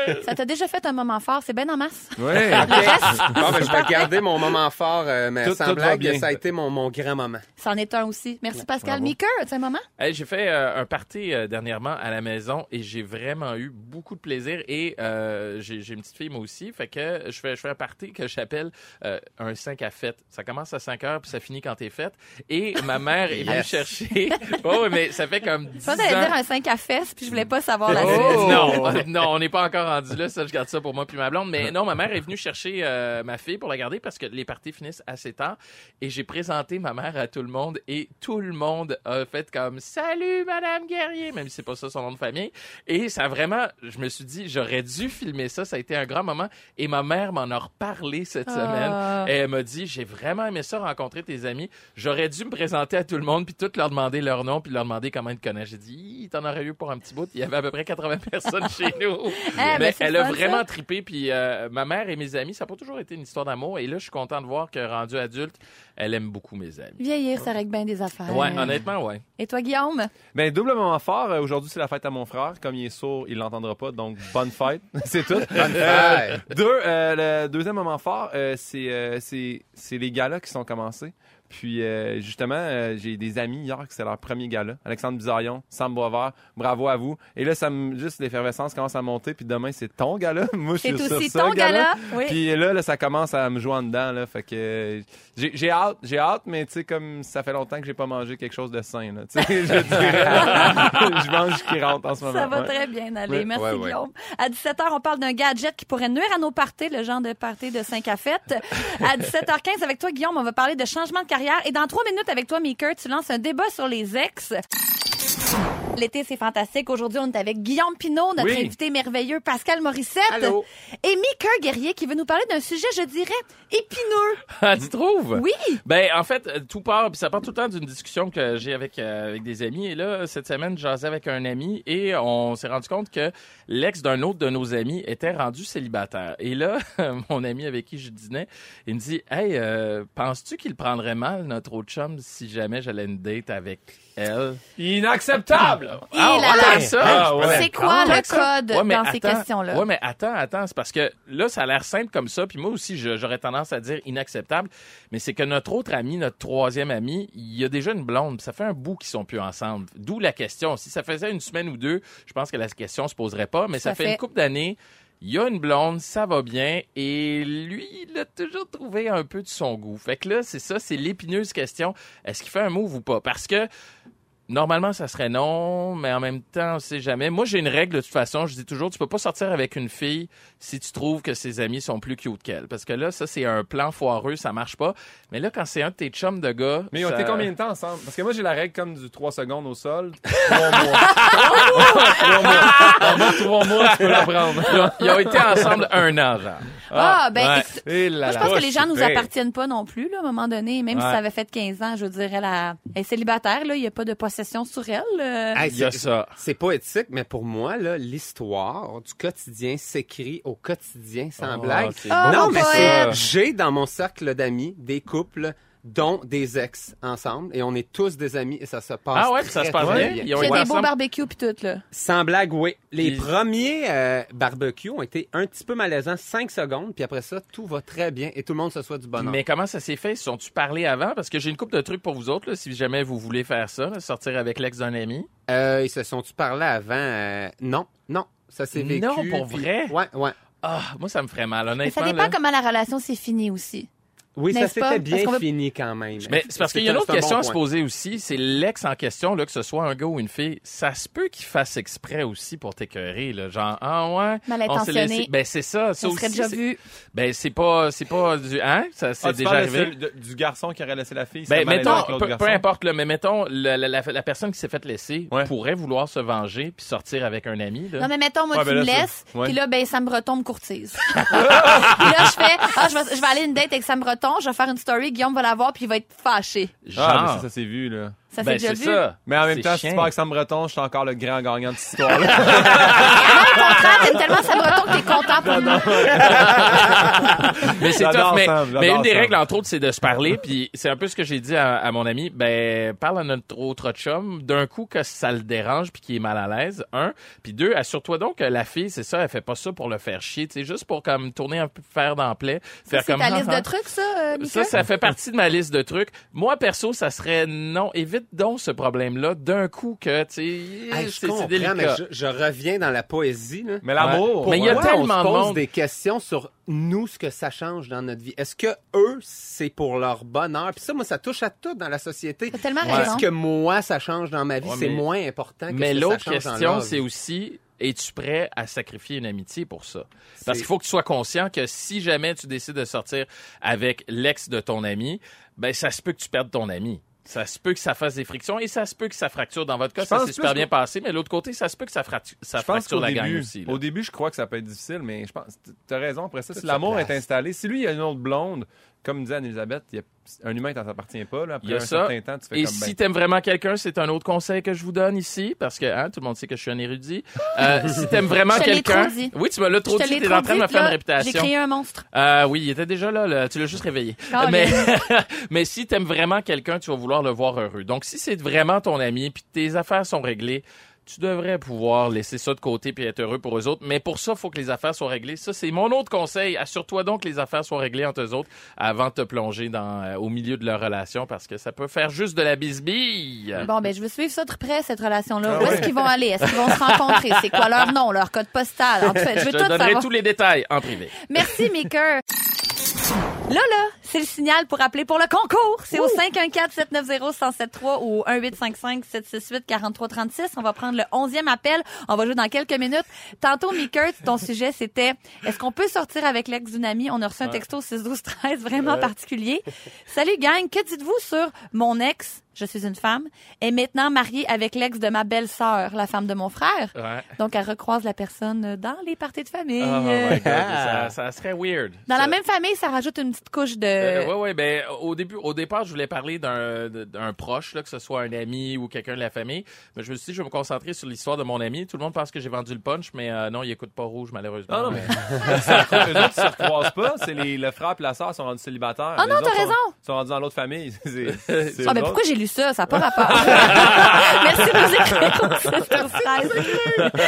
[SPEAKER 5] père!
[SPEAKER 2] Ça t'a déjà fait un moment fort. C'est ben en masse.
[SPEAKER 6] Oui.
[SPEAKER 3] Bon, ben, je vais garder mon moment fort, euh, mais
[SPEAKER 6] Tout-
[SPEAKER 3] sans
[SPEAKER 6] tout va
[SPEAKER 3] blague,
[SPEAKER 6] bien.
[SPEAKER 3] ça a été mon, mon grand moment.
[SPEAKER 2] C'en est un aussi. Merci, Pascal. Mika, tu as un moment?
[SPEAKER 5] Hey, j'ai fait euh, un party euh, dernièrement à la maison et j'ai vraiment eu beaucoup de plaisir et euh, j'ai j'ai une petite fille moi aussi, fait que je fais je fais un party que j'appelle euh, un 5 à fête. Ça commence à 5 heures puis ça finit quand t'es fête et ma mère est venue
[SPEAKER 3] Yes.
[SPEAKER 5] chercher. oh mais ça fait comme 10
[SPEAKER 2] Je pensais
[SPEAKER 5] ans.
[SPEAKER 2] aller dire un 5 à fesses, puis je voulais pas savoir la suite.
[SPEAKER 5] Oh! Non, non, on n'est pas encore rendu là. Ça, je garde ça pour moi puis ma blonde. Mais non, ma mère est venue chercher euh, ma fille pour la garder parce que les parties finissent assez tard. Et j'ai présenté ma mère à tout le monde et tout le monde a fait comme Salut, Madame Guerrier, même si c'est pas ça son nom de famille. Et ça a vraiment, je me suis dit, j'aurais dû filmer ça. Ça a été un grand moment. Et ma mère m'en a reparlé cette
[SPEAKER 2] Ah.
[SPEAKER 5] semaine. Et elle m'a dit, j'ai vraiment aimé ça rencontrer tes amis. J'aurais dû me présenter à tout le monde puis tout leur demander leur nom puis leur demander comment ils te connaissent. J'ai dit, Hi, t'en aurais eu pour un petit bout. Il y avait à peu près 80 personnes chez nous.
[SPEAKER 2] Ah, ben,
[SPEAKER 5] Mais
[SPEAKER 2] c'est
[SPEAKER 5] elle
[SPEAKER 2] le
[SPEAKER 5] a
[SPEAKER 2] fun,
[SPEAKER 5] vraiment
[SPEAKER 2] ça.
[SPEAKER 5] trippé. Puis euh, ma mère et mes amis, ça n'a pas toujours été une histoire d'amour. Et là, je suis content de voir que rendu adulte, elle aime beaucoup mes amis.
[SPEAKER 2] Vieillir, ça règle bien des affaires.
[SPEAKER 5] Ouais, honnêtement, ouais.
[SPEAKER 2] Et toi, Guillaume?
[SPEAKER 6] Ben, double moment fort. Euh, Aujourd'hui, c'est la fête à mon frère. Comme il est sourd, il l'entendra pas, donc bonne fête. c'est tout. Euh, deux, euh, le deuxième moment fort, euh, c'est euh, c'est c'est les galas qui sont commencés. Puis, euh, justement, euh, j'ai des amis hier que c'est leur premier gala. Alexandre Bizarion, Sam Boisvert, bravo à vous. Et là, ça me, juste l'effervescence commence à monter. Puis demain, c'est ton gala. Moi, je
[SPEAKER 2] C'est
[SPEAKER 6] suis sur
[SPEAKER 2] aussi
[SPEAKER 6] ce
[SPEAKER 2] ton gala. Oui.
[SPEAKER 6] Puis là, là, ça commence à me jouer en dedans. Là, fait que euh, j'ai j'ai hâte, j'ai hâte, mais tu sais, comme ça fait longtemps que j'ai pas mangé quelque chose de sain. Là, tu sais, je dirais, je mange ce qui rentre en ce moment.
[SPEAKER 2] Ça va
[SPEAKER 6] ouais.
[SPEAKER 2] très bien aller.
[SPEAKER 6] Oui.
[SPEAKER 2] Merci,
[SPEAKER 6] Ouais, ouais.
[SPEAKER 2] Guillaume. À 17h, on parle d'un gadget qui pourrait nuire à nos parties, le genre de party de 5 à fête. À 17h15, avec toi, Guillaume, on va parler de changement de carrière. Et dans trois minutes, avec toi, Mika, tu lances un débat sur les ex. L'été, c'est fantastique. Aujourd'hui, on est avec Guillaume Pinault, notre
[SPEAKER 6] Oui.
[SPEAKER 2] invité merveilleux, Pascal Morissette.
[SPEAKER 3] Allô.
[SPEAKER 2] Et Mika Guerrier qui veut nous parler d'un sujet, je dirais, épineux.
[SPEAKER 5] Ah, tu trouves?
[SPEAKER 2] Oui.
[SPEAKER 5] Ben, en fait, euh, tout part, puis ça part tout le temps d'une discussion que j'ai avec, euh, avec des amis. Et là, cette semaine, j'asais avec un ami et on s'est rendu compte que l'ex d'un autre de nos amis était rendu célibataire. Et là, mon ami avec qui je dînais, il me dit Hey, euh, penses-tu qu'il prendrait mal notre autre chum si jamais j'allais une date avec elle?
[SPEAKER 6] Inacceptable!
[SPEAKER 2] Et là, là.
[SPEAKER 5] ça!
[SPEAKER 6] Ah, ouais.
[SPEAKER 2] C'est quoi le
[SPEAKER 5] Avec ça.
[SPEAKER 2] code
[SPEAKER 5] Ouais, mais
[SPEAKER 2] dans ces
[SPEAKER 5] attends.
[SPEAKER 2] questions-là?
[SPEAKER 5] Ouais, mais attends, attends, c'est parce que là, ça a l'air simple comme ça, puis moi aussi, je- j'aurais tendance à dire inacceptable, mais c'est que notre autre ami, notre troisième ami, il y a déjà une blonde, puis ça fait un bout qu'ils sont plus ensemble. D'où la question. Si ça faisait une semaine ou deux, je pense que la question se poserait pas, mais
[SPEAKER 2] Tout à
[SPEAKER 5] ça fait,
[SPEAKER 2] fait.
[SPEAKER 5] une couple d'années. Il y a une blonde, ça va bien, et lui, il a toujours trouvé un peu de son goût. Fait que là, c'est ça, c'est l'épineuse question. Est-ce qu'il fait un move ou pas? Parce que Normalement, ça serait non, mais en même temps, on sait jamais. Moi, j'ai une règle de toute façon. Je dis toujours, tu peux pas sortir avec une fille si tu trouves que ses amis sont plus cute qu'elle. Parce que là, ça, c'est un plan foireux, ça marche pas. Mais là, quand c'est un de tes chums de gars.
[SPEAKER 6] Mais ils
[SPEAKER 5] ça...
[SPEAKER 6] ont été combien de temps ensemble? Parce que moi, j'ai la règle comme du 3 secondes au sol. 3 mois. 3 mois. En bas de 3 mois, tu peux la prendre.
[SPEAKER 5] Ils ont été ensemble un an, genre.
[SPEAKER 2] Ah, ben,
[SPEAKER 5] ouais. Eh
[SPEAKER 2] c'est-
[SPEAKER 6] Et là,
[SPEAKER 2] moi, je
[SPEAKER 6] là.
[SPEAKER 2] pense que les gens nous
[SPEAKER 6] Super.
[SPEAKER 2] appartiennent pas non plus, là, à un moment donné. Même si ça avait fait 15 ans, je dirais, elle, a- elle est célibataire, là. Il n'y a pas de possession sur elle. euh.
[SPEAKER 3] Hey,
[SPEAKER 5] Il y a
[SPEAKER 3] c'est-
[SPEAKER 5] ça.
[SPEAKER 3] C'est poétique, mais pour moi, là, l'histoire du quotidien s'écrit au quotidien, sans blague.
[SPEAKER 5] c'est
[SPEAKER 2] Ah,
[SPEAKER 3] non,
[SPEAKER 2] mon
[SPEAKER 3] mais
[SPEAKER 2] poète!
[SPEAKER 3] c'est... J'ai dans mon cercle d'amis des couples dont des ex ensemble et on est tous des amis et ça se passe
[SPEAKER 5] Ah ouais, ça
[SPEAKER 3] très,
[SPEAKER 5] se passe
[SPEAKER 3] très
[SPEAKER 5] bien? Ils
[SPEAKER 2] Puis
[SPEAKER 5] ont
[SPEAKER 2] Il y a
[SPEAKER 5] été
[SPEAKER 2] des beaux
[SPEAKER 5] ensemble?
[SPEAKER 2] barbecues puis tout, là.
[SPEAKER 3] Sans blague, oui. Les
[SPEAKER 5] Puis-
[SPEAKER 3] premiers euh, barbecues ont été un petit peu malaisants, 5 secondes, puis après ça, tout va très bien et tout le monde se soit du bonheur.
[SPEAKER 5] Mais comment ça s'est fait? Se Sont-tu parlé avant? Parce que j'ai une couple de trucs pour vous autres, là, si jamais vous voulez faire ça, là, sortir avec l'ex d'un ami.
[SPEAKER 3] Euh, ils se sont-tu parlé avant? Euh, non, non. Ça s'est vécu.
[SPEAKER 5] Non, pour
[SPEAKER 3] puis-
[SPEAKER 5] vrai?
[SPEAKER 3] Ouais, ouais.
[SPEAKER 5] Ah, moi, ça me ferait mal,
[SPEAKER 2] Mais
[SPEAKER 5] honnêtement.
[SPEAKER 2] ça
[SPEAKER 5] là.
[SPEAKER 2] dépend comment la relation s'est finie aussi.
[SPEAKER 3] Oui, ça
[SPEAKER 2] N'est-ce pas?
[SPEAKER 3] s'était bien
[SPEAKER 2] Parce qu'on veut-
[SPEAKER 3] fini quand même.
[SPEAKER 5] Mais c'est parce qu'il y a une
[SPEAKER 3] un-
[SPEAKER 5] autre
[SPEAKER 3] c'est un
[SPEAKER 5] question
[SPEAKER 3] bon
[SPEAKER 5] à se
[SPEAKER 3] point.
[SPEAKER 5] poser aussi. C'est l'ex en question, là, que ce soit un gars ou une fille. Ça se peut qu'il fasse exprès aussi pour t'écœurer, là. Genre, ah ouais.
[SPEAKER 2] Mal
[SPEAKER 5] on s'est
[SPEAKER 2] intentionné.
[SPEAKER 5] laissé- Ben, c'est ça. Ça
[SPEAKER 2] Ça serait
[SPEAKER 5] aussi.
[SPEAKER 2] déjà
[SPEAKER 5] c'est-
[SPEAKER 2] vu.
[SPEAKER 5] Ben, c'est pas, c'est pas du, hein? Ça, c'est
[SPEAKER 6] Ah, tu
[SPEAKER 5] déjà
[SPEAKER 6] parles de
[SPEAKER 5] arrivé.
[SPEAKER 6] celle- de- du garçon qui aurait laissé la fille.
[SPEAKER 5] Ben,
[SPEAKER 6] c'est malaisant
[SPEAKER 5] mettons,
[SPEAKER 6] avec l'autre
[SPEAKER 5] peu, peu
[SPEAKER 6] garçon.
[SPEAKER 5] importe, là, mais mettons, la, la- la- la personne qui s'est faite laisser
[SPEAKER 6] Ouais.
[SPEAKER 5] pourrait vouloir se venger puis sortir avec un ami, là.
[SPEAKER 2] Non, mais mettons, moi,
[SPEAKER 6] Ouais,
[SPEAKER 2] tu
[SPEAKER 6] ben
[SPEAKER 2] me
[SPEAKER 6] là,
[SPEAKER 2] laisses,
[SPEAKER 6] c'est- ouais.
[SPEAKER 2] puis là, ben, Sam Breton me courtise. puis là, je fais, ah, je vais, je vais aller une date avec Sam Breton, je vais faire une story, Guillaume va la voir, puis il va être fâché.
[SPEAKER 5] Genre.
[SPEAKER 6] Ah, mais ça, ça s'est vu, là.
[SPEAKER 2] Ça,
[SPEAKER 5] ben,
[SPEAKER 2] c'est déjà
[SPEAKER 5] c'est
[SPEAKER 2] vu.
[SPEAKER 5] ça.
[SPEAKER 6] Mais en même
[SPEAKER 5] C'est
[SPEAKER 6] temps, si tu
[SPEAKER 5] chiant.
[SPEAKER 6] pars avec Sam Breton, je suis encore le grand gagnant de cette histoire-là.
[SPEAKER 2] Au contraire, t'aimes tellement Sam Breton que t'es content pour lui.
[SPEAKER 5] Mais c'est
[SPEAKER 6] J'adore
[SPEAKER 5] tough, mais,
[SPEAKER 6] ça,
[SPEAKER 5] mais
[SPEAKER 6] j'adore
[SPEAKER 5] une des
[SPEAKER 6] ça.
[SPEAKER 5] règles, entre autres, c'est de se parler. Puis c'est un peu ce que j'ai dit à, à mon ami. Ben, parle à notre autre chum. D'un coup, que ça le dérange puis qu'il est mal à l'aise, un. Puis deux, assure-toi donc que la fille, c'est ça, elle fait pas ça pour le faire chier. C'est juste pour comme tourner un peu, faire dans plaie.
[SPEAKER 2] Ça,
[SPEAKER 5] Faire
[SPEAKER 2] C'est
[SPEAKER 5] comme,
[SPEAKER 2] ta
[SPEAKER 5] Ah,
[SPEAKER 2] liste
[SPEAKER 5] ah.
[SPEAKER 2] de trucs, ça, euh, Mika?
[SPEAKER 5] Ça, ça fait partie de ma liste de trucs. Moi, perso, ça serait non. Évite donc ce problème-là d'un coup que, tu sais,
[SPEAKER 3] Hey, je
[SPEAKER 5] c'est-
[SPEAKER 3] comprends,
[SPEAKER 5] c'est délicat.
[SPEAKER 3] mais je, je reviens dans la poésie. Là.
[SPEAKER 6] Mais l'amour.
[SPEAKER 5] Mais il y a
[SPEAKER 3] Pourquoi
[SPEAKER 5] tellement
[SPEAKER 3] on
[SPEAKER 5] de
[SPEAKER 3] se pose
[SPEAKER 5] monde.
[SPEAKER 3] des questions sur nous, ce que ça change dans notre vie. Est-ce que eux, c'est pour leur bonheur? Puis ça, moi, ça touche à tout dans la société.
[SPEAKER 2] T'as tellement raison.
[SPEAKER 3] Est-ce que moi, ça change dans ma vie?
[SPEAKER 5] Ouais,
[SPEAKER 3] c'est
[SPEAKER 5] mais-
[SPEAKER 3] moins important que
[SPEAKER 5] Mais
[SPEAKER 3] ce que ça
[SPEAKER 5] l'autre
[SPEAKER 3] change dans
[SPEAKER 5] question,
[SPEAKER 3] leur
[SPEAKER 5] c'est
[SPEAKER 3] vie.
[SPEAKER 5] aussi es-tu prêt à sacrifier une amitié pour ça Parce
[SPEAKER 3] C'est-
[SPEAKER 5] qu'il faut que tu sois conscient que si jamais tu décides de sortir avec l'ex de ton ami, ben ça se peut que tu perdes ton ami. Ça se peut que ça fasse des frictions et ça se peut que ça fracture. Dans votre cas,
[SPEAKER 6] Je
[SPEAKER 5] ça
[SPEAKER 6] pense
[SPEAKER 5] s'est super
[SPEAKER 6] plus
[SPEAKER 5] bien
[SPEAKER 6] que-
[SPEAKER 5] passé, mais de l'autre côté, ça se peut que ça, fractu- ça
[SPEAKER 6] je pense
[SPEAKER 5] fracture
[SPEAKER 6] qu'au
[SPEAKER 5] la gang
[SPEAKER 6] début,
[SPEAKER 5] aussi. là.
[SPEAKER 6] au début, je crois que ça peut être difficile, mais je pense, t'as raison. Après ça, si
[SPEAKER 3] Toute
[SPEAKER 6] l'amour
[SPEAKER 3] sa
[SPEAKER 6] est
[SPEAKER 3] place.
[SPEAKER 6] installé, si lui, il y a une autre blonde, comme disait Anne-Elisabeth, il y a- un humain, t'en t'appartient pas, là.
[SPEAKER 5] Il y
[SPEAKER 6] Après
[SPEAKER 5] a
[SPEAKER 6] un
[SPEAKER 5] ça.
[SPEAKER 6] certain temps, tu fais
[SPEAKER 5] Et
[SPEAKER 6] comme ben,
[SPEAKER 5] si t'aimes vraiment quelqu'un, c'est un autre conseil que je vous donne ici, parce que hein, tout le monde sait que je suis un érudit. Euh, si t'aimes vraiment
[SPEAKER 2] Je te l'ai
[SPEAKER 5] quelqu'un,
[SPEAKER 2] trop dit.
[SPEAKER 5] oui, tu me l'as
[SPEAKER 2] Je
[SPEAKER 5] trop
[SPEAKER 2] te
[SPEAKER 5] dit.
[SPEAKER 2] l'ai
[SPEAKER 5] T'es
[SPEAKER 2] trop
[SPEAKER 5] en train de me
[SPEAKER 2] dit,
[SPEAKER 5] faire une
[SPEAKER 2] là. J'ai
[SPEAKER 5] réputation.
[SPEAKER 2] créé un monstre.
[SPEAKER 5] Euh, oui, il était déjà là, là. tu l'as juste réveillé.
[SPEAKER 2] Ah,
[SPEAKER 5] mais mais si t'aimes vraiment quelqu'un, tu vas vouloir le voir heureux. Donc si c'est vraiment ton ami puis tes affaires sont réglées, tu devrais pouvoir laisser ça de côté puis être heureux pour eux autres. Mais pour ça, faut que les affaires soient réglées. Ça, c'est mon autre conseil. Assure-toi donc que les affaires soient réglées entre eux autres avant de te plonger dans euh, au milieu de leur relation parce que ça peut faire juste de la bisbille.
[SPEAKER 2] Bon, ben, je veux suivre ça de près, cette relation-là.
[SPEAKER 6] Ah
[SPEAKER 2] Où est-ce
[SPEAKER 6] ouais.
[SPEAKER 2] qu'ils vont aller? Est-ce qu'ils vont se rencontrer? C'est quoi leur nom, leur code postal? En tout cas, je
[SPEAKER 5] Je
[SPEAKER 2] veux
[SPEAKER 5] te
[SPEAKER 2] tout
[SPEAKER 5] donnerai
[SPEAKER 2] savoir.
[SPEAKER 5] tous les détails en privé.
[SPEAKER 2] Merci, Maker. Là, là, C'est le signal pour appeler pour le concours. C'est au 514-790-1073 ou 1855-768-4336. On va prendre le onzième appel. On va jouer dans quelques minutes. Tantôt, Mikert, ton sujet, c'était est-ce qu'on peut sortir avec l'ex d'une amie? On a reçu un texto 6-12-13 vraiment particulier. Salut, gang. Que dites-vous sur mon ex? Je suis une femme est maintenant mariée avec l'ex de ma belle-sœur, la femme de mon frère.
[SPEAKER 5] Ouais.
[SPEAKER 2] Donc, elle recroise la personne dans les parties de famille.
[SPEAKER 5] Oh my God, ça, ça serait weird.
[SPEAKER 2] Dans la
[SPEAKER 5] Ça-
[SPEAKER 2] même famille, ça rajoute une petite couche de... Ah,
[SPEAKER 5] Euh, ouais, ouais, ben, au début, au départ, je voulais parler d'un, d'un proche, là, que ce soit un ami ou quelqu'un de la famille. Mais je me suis dit, je vais me concentrer sur l'histoire de mon ami. Tout le monde pense que j'ai vendu le punch, mais euh, non, il écoute pas rouge, malheureusement.
[SPEAKER 6] Ah, non, mais-
[SPEAKER 5] Mais-
[SPEAKER 6] Eux autres, ils se recroisent pas. C'est les, le frère et la sœur sont rendus célibataires.
[SPEAKER 2] Ah
[SPEAKER 6] Les
[SPEAKER 2] non,
[SPEAKER 6] autres
[SPEAKER 2] t'as
[SPEAKER 6] sont-
[SPEAKER 2] raison.
[SPEAKER 6] sont rendus dans l'autre famille. C'est- c'est
[SPEAKER 2] Ah, mais
[SPEAKER 6] drôle.
[SPEAKER 2] pourquoi j'ai lu ça? Ça n'a pas rapport. Merci de nous écrire au 16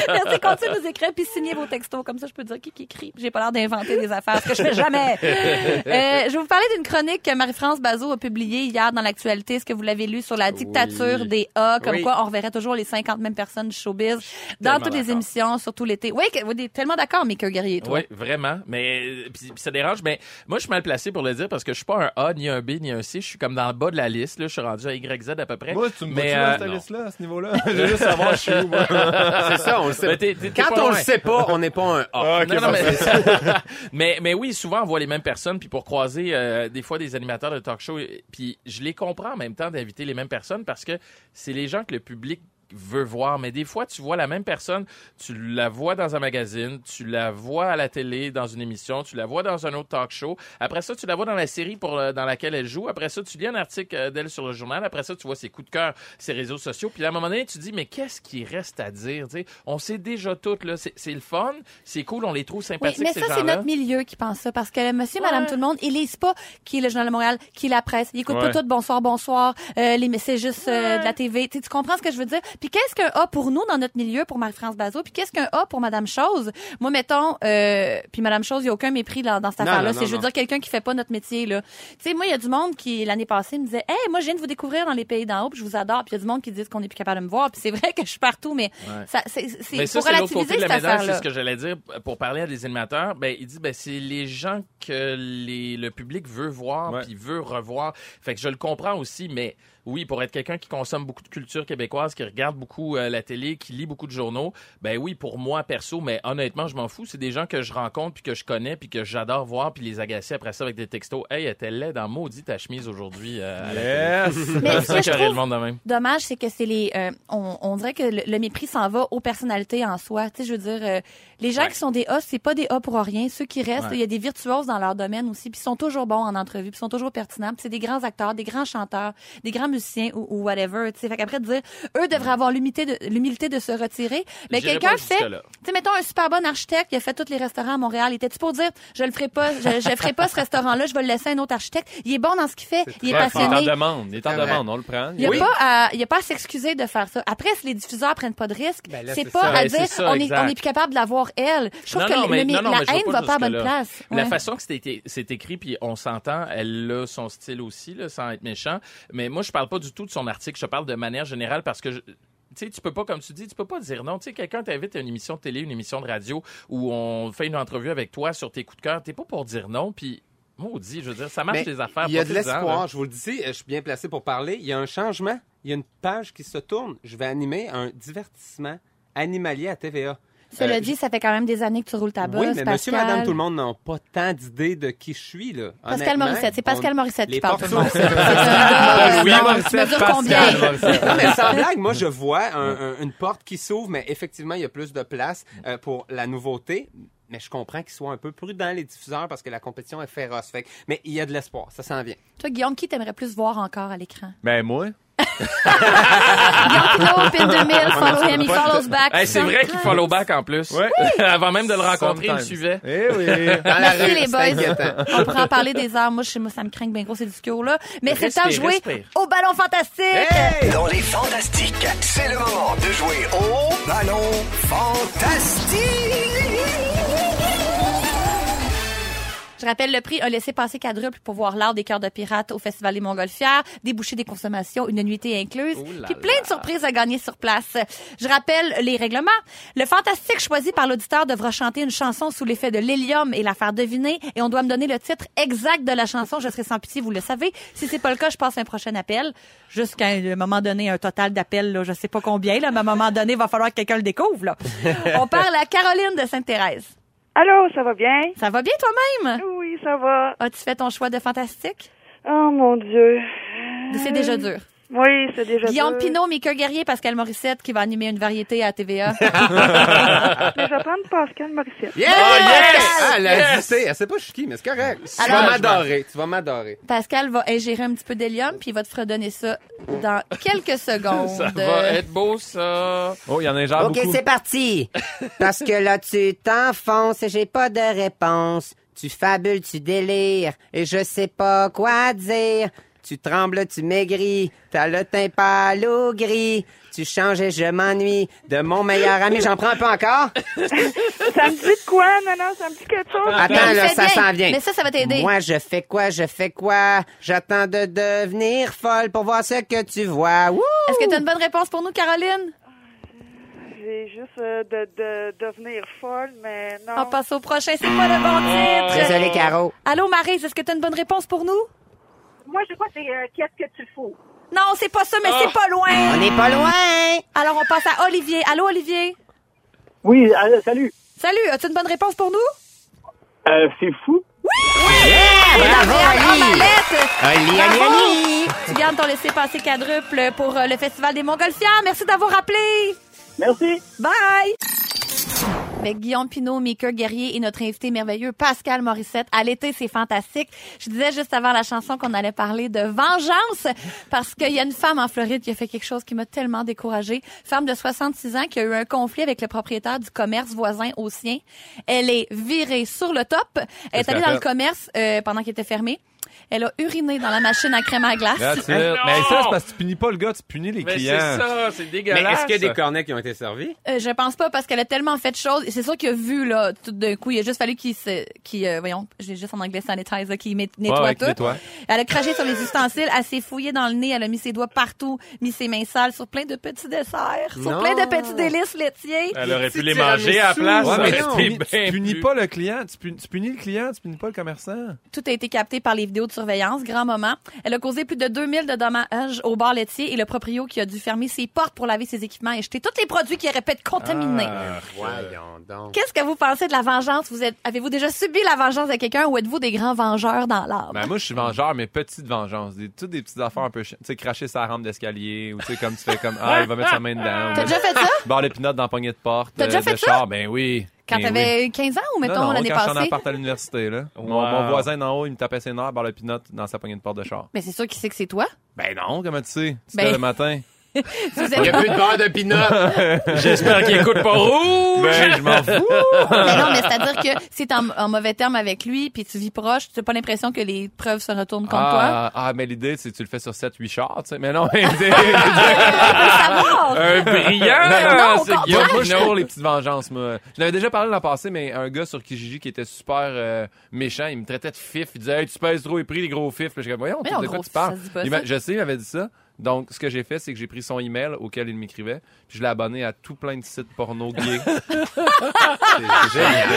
[SPEAKER 2] Merci, continuez de nous écrire puis signez vos textos. Comme ça, je peux dire qui qui écrit. J'ai pas l'air d'inventer des affaires, ce que je fais jamais. Euh, je vais vous parler d'une chronique que Marie-France Bazot a publiée hier dans l'actualité. Est-ce que vous l'avez lu sur la dictature
[SPEAKER 5] Oui.
[SPEAKER 2] des A? Comme
[SPEAKER 5] Oui.
[SPEAKER 2] quoi, on reverrait toujours les 50 mêmes personnes du showbiz dans
[SPEAKER 5] tellement
[SPEAKER 2] toutes les
[SPEAKER 5] d'accord.
[SPEAKER 2] émissions, surtout l'été. Oui, que- oui, tellement d'accord, Mickey Guerrier, toi.
[SPEAKER 5] Oui, vraiment. Mais euh, puis- puis ça dérange. Mais moi, je suis mal placé pour le dire parce que je suis pas un A, ni un B, ni un C. Je suis comme dans le bas de la liste. Là. Je suis rendu à YZ à peu près.
[SPEAKER 6] Moi, tu me vois-tu
[SPEAKER 5] mais,
[SPEAKER 6] dans
[SPEAKER 5] euh,
[SPEAKER 6] cette
[SPEAKER 5] non.
[SPEAKER 6] liste-là, à ce niveau-là? Je veux juste savoir, je suis où, moi.
[SPEAKER 3] C'est ça, on le sait.
[SPEAKER 6] Ben,
[SPEAKER 5] Mais t'es- t'es- t'es
[SPEAKER 3] Quand
[SPEAKER 5] pas
[SPEAKER 3] on le
[SPEAKER 5] loin.
[SPEAKER 3] sait pas, on n'est pas un
[SPEAKER 6] Ah,
[SPEAKER 3] A.
[SPEAKER 5] Non, non, mais, mais, mais oui, souvent, on voit les mêmes personnes, puis pour croiser euh, des fois des animateurs de talk show, et- puis je les comprends en même temps d'inviter les mêmes personnes parce que c'est les gens que le public veut voir. Mais des fois, tu vois la même personne, tu la vois dans un magazine, tu la vois à la télé, dans une émission, tu la vois dans un autre talk show. Après ça, tu la vois dans la série pour, euh, dans laquelle elle joue. Après ça, tu lis un article euh, d'elle sur le journal. Après ça, tu vois ses coups de cœur, ses réseaux sociaux. Puis là, à un moment donné, tu dis, mais qu'est-ce qui reste à dire? tu sais? on sait déjà tout. là. C'est c'est le fun, c'est cool, on les trouve
[SPEAKER 2] Oui,
[SPEAKER 5] sympathiques,
[SPEAKER 2] mais
[SPEAKER 5] ces
[SPEAKER 2] ça, c'est
[SPEAKER 5] gens-là.
[SPEAKER 2] notre milieu qui pense ça. Parce que le monsieur,
[SPEAKER 5] Ouais.
[SPEAKER 2] madame, tout le monde, ils lisent pas qui est le Journal de Montréal, qui est la presse. Ils écoutent
[SPEAKER 6] Ouais.
[SPEAKER 2] pas tout bonsoir, bonsoir, euh, les messages juste euh, de la TV. Tu sais, tu comprends ce que je veux dire? Puis qu'est-ce qu'un A pour nous dans notre milieu, pour Marie-France Bazot? Puis qu'est-ce qu'un A pour madame Chose? Moi, mettons, euh, puis madame Chose, il n'y a aucun mépris dans, dans cette
[SPEAKER 3] Non,
[SPEAKER 2] affaire-là.
[SPEAKER 3] non,
[SPEAKER 2] C'est,
[SPEAKER 3] non,
[SPEAKER 2] je veux
[SPEAKER 3] non.
[SPEAKER 2] dire, quelqu'un qui fait pas notre métier, là. Tu sais, moi, il y a du monde qui, l'année passée, me disait, hey, moi, je viens de vous découvrir dans les pays d'en haut, puis je vous adore. Puis il y a du monde qui dit qu'on n'est plus capable de me voir. Puis c'est vrai que je suis partout, mais ça, c'est, c'est,
[SPEAKER 5] Mais Ben, ça,
[SPEAKER 2] faut
[SPEAKER 5] c'est l'autre
[SPEAKER 2] relativiser
[SPEAKER 5] côté de la
[SPEAKER 2] cette
[SPEAKER 5] médaille, c'est
[SPEAKER 2] affaire-là.
[SPEAKER 5] ce que j'allais dire pour parler à des animateurs. Ben, il dit, ben, c'est les gens que les, le public veut voir
[SPEAKER 6] Ouais.
[SPEAKER 5] puis veut revoir. Fait que je le comprends aussi, mais oui, pour être quelqu'un qui consomme beaucoup de culture québécoise, qui regarde beaucoup euh, la télé, qui lit beaucoup de journaux, ben oui, pour moi, perso, mais honnêtement, je m'en fous. C'est des gens que je rencontre puis que je connais puis que j'adore voir puis les agacer après ça avec des textos. Hey, était laide en maudit ta chemise aujourd'hui. euh, à la télé.
[SPEAKER 6] Yes!
[SPEAKER 2] Mais
[SPEAKER 5] C'est
[SPEAKER 2] ce que
[SPEAKER 5] ça
[SPEAKER 2] je
[SPEAKER 5] qu'il y aurait
[SPEAKER 2] trouve
[SPEAKER 5] le monde de même.
[SPEAKER 2] dommage, c'est que c'est les. euh, on, on dirait que le, le mépris s'en va aux personnalités en soi. Tu sais, je veux dire, euh, les gens
[SPEAKER 5] Ouais.
[SPEAKER 2] qui sont des A, c'est pas des A pour rien. Ceux qui restent, il y a des virtuoses dans leur domaine aussi, puis ils sont toujours bons en entrevue, puis ils sont toujours pertinents. Puis c'est des grands acteurs, des grands chanteurs, des grands musiciens ou, ou whatever. Tu sais, fait qu'après de dire, eux devraient avoir l'humilité de, l'humilité de se retirer. Mais
[SPEAKER 5] J'irais
[SPEAKER 2] quelqu'un
[SPEAKER 5] pas
[SPEAKER 2] fait.
[SPEAKER 5] jusque-là.
[SPEAKER 2] Tu sais, mettons un super bon architecte qui a fait tous les restaurants à Montréal. Était-tu pour dire, je le ferai pas, je, je ferai pas ce restaurant-là, je vais le laisser à un autre architecte. Il est bon dans ce qu'il fait, il est
[SPEAKER 6] Ouais, Il
[SPEAKER 2] passionné.
[SPEAKER 6] est en demande, il est en demande, on le prend.
[SPEAKER 2] Il n'y a,
[SPEAKER 3] Oui.
[SPEAKER 2] pas à- il y a pas à s'excuser de faire ça. Après, si les diffuseurs prennent pas de risques,
[SPEAKER 3] Ben là,
[SPEAKER 2] c'est
[SPEAKER 3] c'est
[SPEAKER 2] pas
[SPEAKER 3] ça.
[SPEAKER 2] à
[SPEAKER 5] Ouais,
[SPEAKER 2] dire
[SPEAKER 5] c'est ça,
[SPEAKER 2] on, est,
[SPEAKER 5] exact.
[SPEAKER 2] on est plus capable de l'avoir elle. Je trouve
[SPEAKER 5] Non,
[SPEAKER 2] que
[SPEAKER 5] non,
[SPEAKER 2] le-
[SPEAKER 5] mais-
[SPEAKER 2] le-
[SPEAKER 5] non, non,
[SPEAKER 2] la
[SPEAKER 5] mais je vais
[SPEAKER 2] haine
[SPEAKER 5] pas
[SPEAKER 2] va pas à bonne
[SPEAKER 5] jusque-là.
[SPEAKER 2] place.
[SPEAKER 5] La
[SPEAKER 2] Ouais.
[SPEAKER 5] façon que c'est été- c'est écrit, puis on s'entend, elle a son style aussi, là, sans être méchant. Mais moi, je parle pas du tout de son article, je parle de manière générale parce que je- Tu sais, tu peux pas, comme tu dis, tu peux pas dire non. Tu sais, quelqu'un t'invite à une émission de télé, une émission de radio, où on fait une entrevue avec toi sur tes coups de cœur. T'es pas pour dire non, puis maudit, je veux dire, ça marche
[SPEAKER 3] Mais
[SPEAKER 5] les affaires.
[SPEAKER 3] Il y a de
[SPEAKER 5] profite-en, là.
[SPEAKER 3] l'espoir, je vous le dis, euh, je suis bien placé pour parler. Il y a un changement, il y a une page qui se tourne. Je vais animer un divertissement animalier à TVA.
[SPEAKER 2] Cela
[SPEAKER 3] Euh,
[SPEAKER 2] dit, ça fait quand même des années que tu roules ta bosse.
[SPEAKER 3] oui, mais monsieur,
[SPEAKER 2] Ah bah, Pascal.
[SPEAKER 3] madame, tout le monde n'ont pas tant d'idées de qui je suis, là.
[SPEAKER 2] Pascal
[SPEAKER 3] Honnêtement,
[SPEAKER 2] Morissette, c'est Pascal
[SPEAKER 3] on-
[SPEAKER 2] Morissette qui
[SPEAKER 3] les
[SPEAKER 2] parle.
[SPEAKER 3] portes
[SPEAKER 2] tout le monde.
[SPEAKER 3] sont-
[SPEAKER 2] C'est un gars,
[SPEAKER 6] Oui,
[SPEAKER 2] euh,
[SPEAKER 6] Morissette,
[SPEAKER 2] tu mesures
[SPEAKER 6] Pascal
[SPEAKER 2] combien?
[SPEAKER 6] Morissette.
[SPEAKER 3] non, mais sans blague, moi, je vois un- un- une porte qui s'ouvre, mais effectivement, il y a plus de place euh, pour la nouveauté. Mais je comprends qu'ils soient un peu prudents, les diffuseurs, parce que la compétition est féroce. Fait que- mais il y a de l'espoir, ça s'en vient.
[SPEAKER 2] Toi, Guillaume, qui t'aimerais plus voir encore à l'écran? Oh,
[SPEAKER 6] Ben, moi,
[SPEAKER 2] Guillaume Pinot, Pin 2000, follow him, he follows back.
[SPEAKER 5] Hey, c'est vrai qu'il follow back en plus.
[SPEAKER 6] Ouais.
[SPEAKER 5] Avant même de le rencontrer, il
[SPEAKER 6] Sometimes.
[SPEAKER 5] le suivait.
[SPEAKER 6] Eh oui!
[SPEAKER 3] Dans
[SPEAKER 2] Merci, les
[SPEAKER 3] c'est
[SPEAKER 2] boys.
[SPEAKER 3] inquiétant.
[SPEAKER 2] On pourrait en parler des heures. Moi, je sais, moi, ça me craint bien gros, ces discours-là. Mais c'est le temps de
[SPEAKER 5] Respire,
[SPEAKER 2] jouer
[SPEAKER 5] respire.
[SPEAKER 2] au ballon fantastique.
[SPEAKER 1] Dans les fantastiques, c'est le moment de jouer au ballon fantastique.
[SPEAKER 2] Je rappelle le prix, un laissé-passer quadruple pour voir l'art des cœurs de pirates au Festival des Montgolfières, déboucher des consommations, une nuitée incluse,
[SPEAKER 5] Ouh là
[SPEAKER 2] puis plein
[SPEAKER 5] là.
[SPEAKER 2] de surprises à gagner sur place. Je rappelle les règlements. Le fantastique choisi par l'auditeur devra chanter une chanson sous l'effet de l'hélium et la faire deviner, et on doit me donner le titre exact de la chanson. Je serai sans pitié, vous le savez. Si c'est pas le cas, je passe un prochain appel. Jusqu'à un moment donné, un total d'appels, là, je sais pas combien, là, mais à un moment donné, il va falloir que quelqu'un le découvre. Là. on parle à Caroline de Sainte-Thérèse.
[SPEAKER 8] Allô, ça va bien?
[SPEAKER 2] Ça va bien toi-même?
[SPEAKER 8] Oui, ça va.
[SPEAKER 2] As-tu fait ton choix de fantastique?
[SPEAKER 8] Oh mon Dieu.
[SPEAKER 2] C'est
[SPEAKER 9] Euh,
[SPEAKER 2] déjà dur.
[SPEAKER 8] Oui, c'est déjà
[SPEAKER 2] Guillaume
[SPEAKER 8] dur.
[SPEAKER 2] Pinot, Mika Guerrier, Pascal Morissette qui va animer une variété à TVA.
[SPEAKER 8] Mais je vais prendre Pascal Morissette.
[SPEAKER 3] Yeah!
[SPEAKER 5] Oh, yes!
[SPEAKER 3] Ah, elle a
[SPEAKER 5] Yes!
[SPEAKER 3] hésité. Elle sait pas je suis qui, mais c'est correct. Tu
[SPEAKER 2] Alors-
[SPEAKER 3] vas m'adorer. Tu vas m'adorer.
[SPEAKER 2] Pascal va ingérer un petit peu d'hélium puis il va te redonner ça dans quelques secondes.
[SPEAKER 5] Ça va être beau, ça.
[SPEAKER 6] Oh, il y en a un genre
[SPEAKER 9] OK,
[SPEAKER 6] beaucoup.
[SPEAKER 9] c'est parti. Parce que là, tu t'enfonces et j'ai pas de réponse. Tu fabules, tu délires et je sais pas quoi dire. Tu trembles, tu maigris, t'as le teint pâle ou gris. Tu changes et je m'ennuie de mon meilleur ami. J'en prends un peu encore?
[SPEAKER 8] Ça me dit de quoi? Non, non, ça me dit quelque chose.
[SPEAKER 9] Attends,
[SPEAKER 2] Mais
[SPEAKER 9] là,
[SPEAKER 2] fais
[SPEAKER 9] ça
[SPEAKER 2] bien.
[SPEAKER 9] s'en vient.
[SPEAKER 2] Mais ça, ça va t'aider.
[SPEAKER 9] Moi, je fais quoi? Je fais quoi? J'attends de devenir folle pour voir ce que tu vois. Wouh!
[SPEAKER 2] Est-ce que tu as une bonne réponse pour nous, Caroline?
[SPEAKER 8] J'ai juste euh, de, de devenir folle, mais non.
[SPEAKER 9] Ah.
[SPEAKER 2] On passe au prochain. C'est Ah, pas le bon titre.
[SPEAKER 9] Désolé, Caro.
[SPEAKER 2] Allô, Marise, est-ce que tu as une bonne réponse pour nous?
[SPEAKER 8] Moi, je crois que c'est euh, qu'est-ce que tu fous?
[SPEAKER 2] Non, c'est pas ça, mais c'est pas
[SPEAKER 9] Ah. On
[SPEAKER 2] loin.
[SPEAKER 9] n'est pas loin!
[SPEAKER 2] Alors, on passe à Olivier. Allô, Olivier?
[SPEAKER 10] Oui, allô, salut.
[SPEAKER 2] Salut, as-tu une bonne réponse pour nous?
[SPEAKER 10] Euh, c'est fou.
[SPEAKER 9] Bravo,
[SPEAKER 2] En
[SPEAKER 9] Ali!
[SPEAKER 2] mallette.
[SPEAKER 9] Ali, Ali,
[SPEAKER 2] Bravo!
[SPEAKER 9] Ali!
[SPEAKER 2] Tu gardes ton laissez-passer quadruple pour euh, le Festival des Montgolfières. Merci d'avoir appelé.
[SPEAKER 10] Merci.
[SPEAKER 2] Bye! Avec Guillaume Pinot, Maker Guerrier et notre invité merveilleux Pascal Morissette. À l'été, c'est fantastique. Je disais juste avant la chanson qu'on allait parler de vengeance parce qu'il y a une femme en Floride qui a fait quelque chose qui m'a tellement découragée. Femme de 66 ans qui a eu un conflit avec le propriétaire du commerce voisin au sien. Elle est virée sur le top. Elle est
[SPEAKER 6] Qu'est-ce
[SPEAKER 2] allée dans
[SPEAKER 6] qu'elle
[SPEAKER 2] le commerce euh, pendant qu'il était fermé. Elle a uriné dans la machine à crème à glace.
[SPEAKER 6] That's it.
[SPEAKER 5] Non!
[SPEAKER 6] Mais ça, c'est parce que tu punis pas le gars, tu punis les
[SPEAKER 5] Mais c'est
[SPEAKER 6] clients.
[SPEAKER 5] ça, c'est
[SPEAKER 3] Mais
[SPEAKER 5] dégueulasse.
[SPEAKER 3] est-ce qu'il y a des cornets qui ont été servis?
[SPEAKER 2] Euh, je pense pas parce qu'elle a tellement fait de choses. C'est sûr qu'il a vu là tout d'un coup. Il a juste fallu qu'il se, qu'il, euh, voyons, j'ai juste en anglais sanitize, là, qu'il mét- nettoie
[SPEAKER 6] ouais,
[SPEAKER 2] tout.
[SPEAKER 6] qu'il nettoie.
[SPEAKER 2] Elle a craché sur les ustensiles, elle s'est fouillée dans le nez, elle a mis ses doigts partout, mis ses mains sales sur plein de petits desserts, sur
[SPEAKER 3] Non.
[SPEAKER 2] plein de petits délices laitiers.
[SPEAKER 5] Elle aurait pu
[SPEAKER 3] Petit
[SPEAKER 5] les manger à la place.
[SPEAKER 3] tiramisu.
[SPEAKER 6] Ouais,
[SPEAKER 5] ça
[SPEAKER 6] mais
[SPEAKER 5] aurait
[SPEAKER 6] tu
[SPEAKER 5] été
[SPEAKER 6] punis,
[SPEAKER 5] bien
[SPEAKER 6] tu punis
[SPEAKER 5] plus-
[SPEAKER 6] pas le client, tu punis, tu punis le client, tu punis pas le commerçant.
[SPEAKER 2] Tout a été capté par les vidéos de surveillance. Grand moment. Elle a causé plus de 2000 de dommages au bar laitier et le proprio qui a dû fermer ses portes pour laver ses équipements et jeter tous les produits qui auraient pu être contaminés.
[SPEAKER 6] Ah.
[SPEAKER 2] Ah,
[SPEAKER 3] Voyons donc.
[SPEAKER 2] Qu'est-ce que vous pensez de la vengeance? Vous êtes, avez-vous déjà subi la vengeance de quelqu'un ou êtes-vous des grands vengeurs dans l'âme?
[SPEAKER 6] Ben moi, je suis vengeur, mais petite vengeance. Des, toutes des petites affaires un peu chiantes. Tu sais, cracher sa rampe d'escalier, ou tu sais, comme tu fais comme, ah, il va mettre sa main dedans.
[SPEAKER 2] T'as déjà fait ça?
[SPEAKER 6] Barre les pinottes dans la poignée de porte.
[SPEAKER 2] T'as déjà
[SPEAKER 6] euh,
[SPEAKER 2] fait
[SPEAKER 6] de
[SPEAKER 2] ça?
[SPEAKER 6] char, ben oui.
[SPEAKER 2] Quand
[SPEAKER 6] ben oui.
[SPEAKER 2] t'avais 15 ans ou mettons
[SPEAKER 6] non, non,
[SPEAKER 2] l'année
[SPEAKER 6] quand j'étais en
[SPEAKER 2] passée?
[SPEAKER 6] appart à l'université, là. Mon-
[SPEAKER 5] Wow.
[SPEAKER 6] Mon, voisin d'en haut, il me tapait ses nerfs, barre le pinot dans sa poignée de porte de char.
[SPEAKER 2] Mais c'est sûr qu'il sait que c'est toi.
[SPEAKER 6] Ben non, comment tu sais? Tu
[SPEAKER 2] Ben-
[SPEAKER 6] fais le matin.
[SPEAKER 2] Si vous
[SPEAKER 3] Il n'y
[SPEAKER 2] êtes-
[SPEAKER 3] a plus de beurre de pinot.
[SPEAKER 5] J'espère qu'il écoute pas rouge.
[SPEAKER 6] Ben, je m'en fous.
[SPEAKER 2] mais non, mais c'est-à-dire que si t'es en, en mauvais terme avec lui puis tu vis proche, t'as pas l'impression que les preuves se retournent contre toi?
[SPEAKER 6] Ah, ah, mais l'idée, c'est que tu le fais sur 7-8 chars, tu sais. Mais non, mais t'sais,
[SPEAKER 2] On veut savoir!
[SPEAKER 6] Euh,
[SPEAKER 5] Un brillant,
[SPEAKER 2] Non, non, au
[SPEAKER 5] c'est
[SPEAKER 2] contraire.
[SPEAKER 5] Guillaume
[SPEAKER 6] moi, je suis
[SPEAKER 5] Pinot.
[SPEAKER 6] pour les petites vengeances, moi. Je l'avais déjà parlé l'an passé, mais un gars sur Kijiji qui était super euh, méchant, il me traitait de fif. Il disait, hey, tu pèses trop les prix, les gros fifs. Puis Je disais, voyons,
[SPEAKER 2] Mais non,
[SPEAKER 6] de quoi
[SPEAKER 2] gros
[SPEAKER 6] tu parles?
[SPEAKER 2] fif, ça se dit pas
[SPEAKER 6] Il
[SPEAKER 2] ça.
[SPEAKER 6] m'a- Je sais, il m'avait dit ça. Donc, ce que j'ai fait, c'est que j'ai pris son email auquel il m'écrivait, puis je l'ai abonné à tout plein de sites porno gays. c'est génial.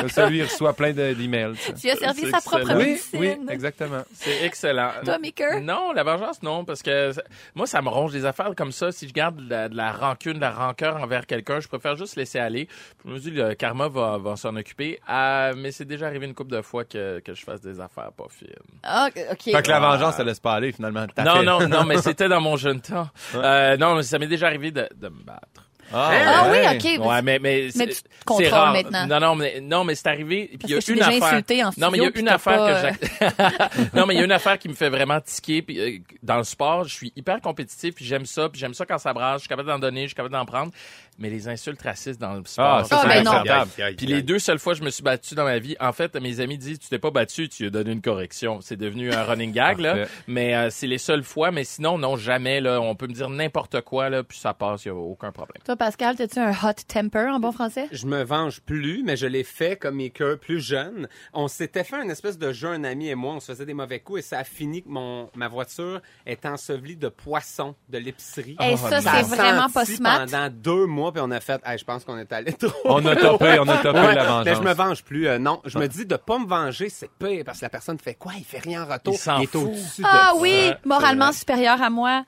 [SPEAKER 6] Comme ça, lui, il reçoit plein de- d'emails. tu sais.
[SPEAKER 2] Tu as servi
[SPEAKER 5] C'est
[SPEAKER 2] sa propre
[SPEAKER 5] excellent.
[SPEAKER 6] oui,
[SPEAKER 2] médecine.
[SPEAKER 6] oui, exactement.
[SPEAKER 5] C'est excellent.
[SPEAKER 2] Toi, Maker?
[SPEAKER 5] Non, la vengeance, non, parce que ça- moi, ça me ronge des affaires comme ça. Si je garde de la, de la rancune, de la rancœur envers quelqu'un, je préfère juste laisser aller. Je me dis, le karma va, va s'en occuper. Ah, mais c'est déjà arrivé une couple de fois que, que je fasse des affaires pas fines.
[SPEAKER 2] Ah, OK.
[SPEAKER 6] Fait que la vengeance, ça laisse pas aller, finalement. T'as
[SPEAKER 5] Non,
[SPEAKER 6] fait.
[SPEAKER 5] non, non, mais c'était dans mon jeune temps. Euh, non, mais ça m'est déjà arrivé de, de me battre.
[SPEAKER 2] Ah oui,
[SPEAKER 6] ouais.
[SPEAKER 2] OK.
[SPEAKER 5] Ouais, mais, mais, c'est-
[SPEAKER 2] tu te contrôles
[SPEAKER 5] c'est rare.
[SPEAKER 2] maintenant.
[SPEAKER 5] Non, non, mais, non, mais c'est arrivé. Il
[SPEAKER 2] Parce
[SPEAKER 5] y a
[SPEAKER 2] que je suis
[SPEAKER 5] une
[SPEAKER 2] déjà
[SPEAKER 5] affaire.
[SPEAKER 2] insultée en
[SPEAKER 5] non, mais il
[SPEAKER 2] studio,
[SPEAKER 5] y a
[SPEAKER 2] puis
[SPEAKER 5] une
[SPEAKER 2] t'as
[SPEAKER 5] affaire
[SPEAKER 2] pas, euh?
[SPEAKER 5] que j'ai. non, mais il y a une affaire qui me fait vraiment tiquer. Puis, euh, dans le sport, je suis hyper compétitif, puis j'aime ça, puis j'aime ça quand ça brasse. Je suis capable d'en donner, je suis capable d'en prendre. Mais les insultes racistes dans le sport.
[SPEAKER 6] Ah, ça,
[SPEAKER 2] Ah,
[SPEAKER 6] c'est
[SPEAKER 2] ben non.
[SPEAKER 6] acceptable.
[SPEAKER 5] Puis les deux seules fois que je me suis battu dans ma vie, en fait, mes amis disent tu t'es pas battu, tu as donné une correction. C'est devenu un running gag là,
[SPEAKER 6] Parfait.
[SPEAKER 5] mais euh, c'est les seules fois. Mais sinon, non jamais là. On peut me dire n'importe quoi là, puis ça passe, y a aucun problème.
[SPEAKER 2] Toi, Toi, Pascal, t'as-tu un hot temper en bon français?
[SPEAKER 3] Je me venge plus, mais je l'ai fait comme mes cœurs plus jeunes. On s'était fait une espèce de jeu, un ami et moi, on se faisait des mauvais coups et ça a fini que mon, ma voiture est ensevelie de poissons de l'épicerie.
[SPEAKER 6] Oh,
[SPEAKER 2] Hey, Eh, ça, Oh, c'est
[SPEAKER 3] a
[SPEAKER 2] vraiment pas
[SPEAKER 3] senti
[SPEAKER 2] smart.
[SPEAKER 3] Pendant deux mois, puis on a fait, Hey, je pense qu'on est allé trop.
[SPEAKER 6] On a topé, on a topé la vengeance. Ah.
[SPEAKER 3] Mais je me venge plus. Euh, non, je me dis de pas me venger, c'est pire parce que la personne fait quoi? Il fait rien en retour.
[SPEAKER 5] Il s'en
[SPEAKER 3] est
[SPEAKER 5] fout.
[SPEAKER 3] au-dessus de
[SPEAKER 2] Ah
[SPEAKER 3] ça.
[SPEAKER 2] oui, moralement supérieur à moi.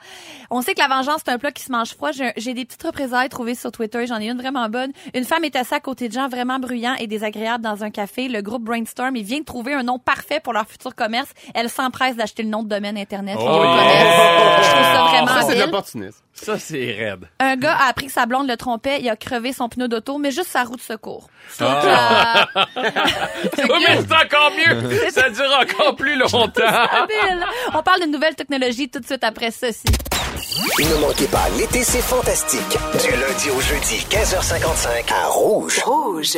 [SPEAKER 2] On sait que la vengeance, c'est un plat qui se mange froid. J'ai j'ai des petites représailles trouvées sur Twitter. J'en ai une vraiment bonne. Une femme est assise à côté de gens vraiment bruyants et désagréables dans un café. Le groupe Brainstorm, il vient de trouver un nom parfait pour leur futur commerce. Elle s'empresse d'acheter le nom de domaine Internet. qu'ils
[SPEAKER 5] Oh yeah!
[SPEAKER 2] connaissent. Je trouve ça vraiment
[SPEAKER 3] Ça, c'est de
[SPEAKER 2] habile.
[SPEAKER 3] l'opportunisme.
[SPEAKER 5] Ça, c'est raide.
[SPEAKER 2] Un gars a appris que sa blonde le trompait. Il a crevé son pneu d'auto, mais juste sa roue de secours. Je trouve que la-
[SPEAKER 5] Ah! Oui, mais c'est encore mieux. ça dure encore plus longtemps.
[SPEAKER 2] Habile. On parle de nouvelles technologies tout de suite après ceci.
[SPEAKER 1] Ne manquez pas, l'été, c'est fantastique. Du lundi au jeudi, 15h55, à Rouge. Rouge.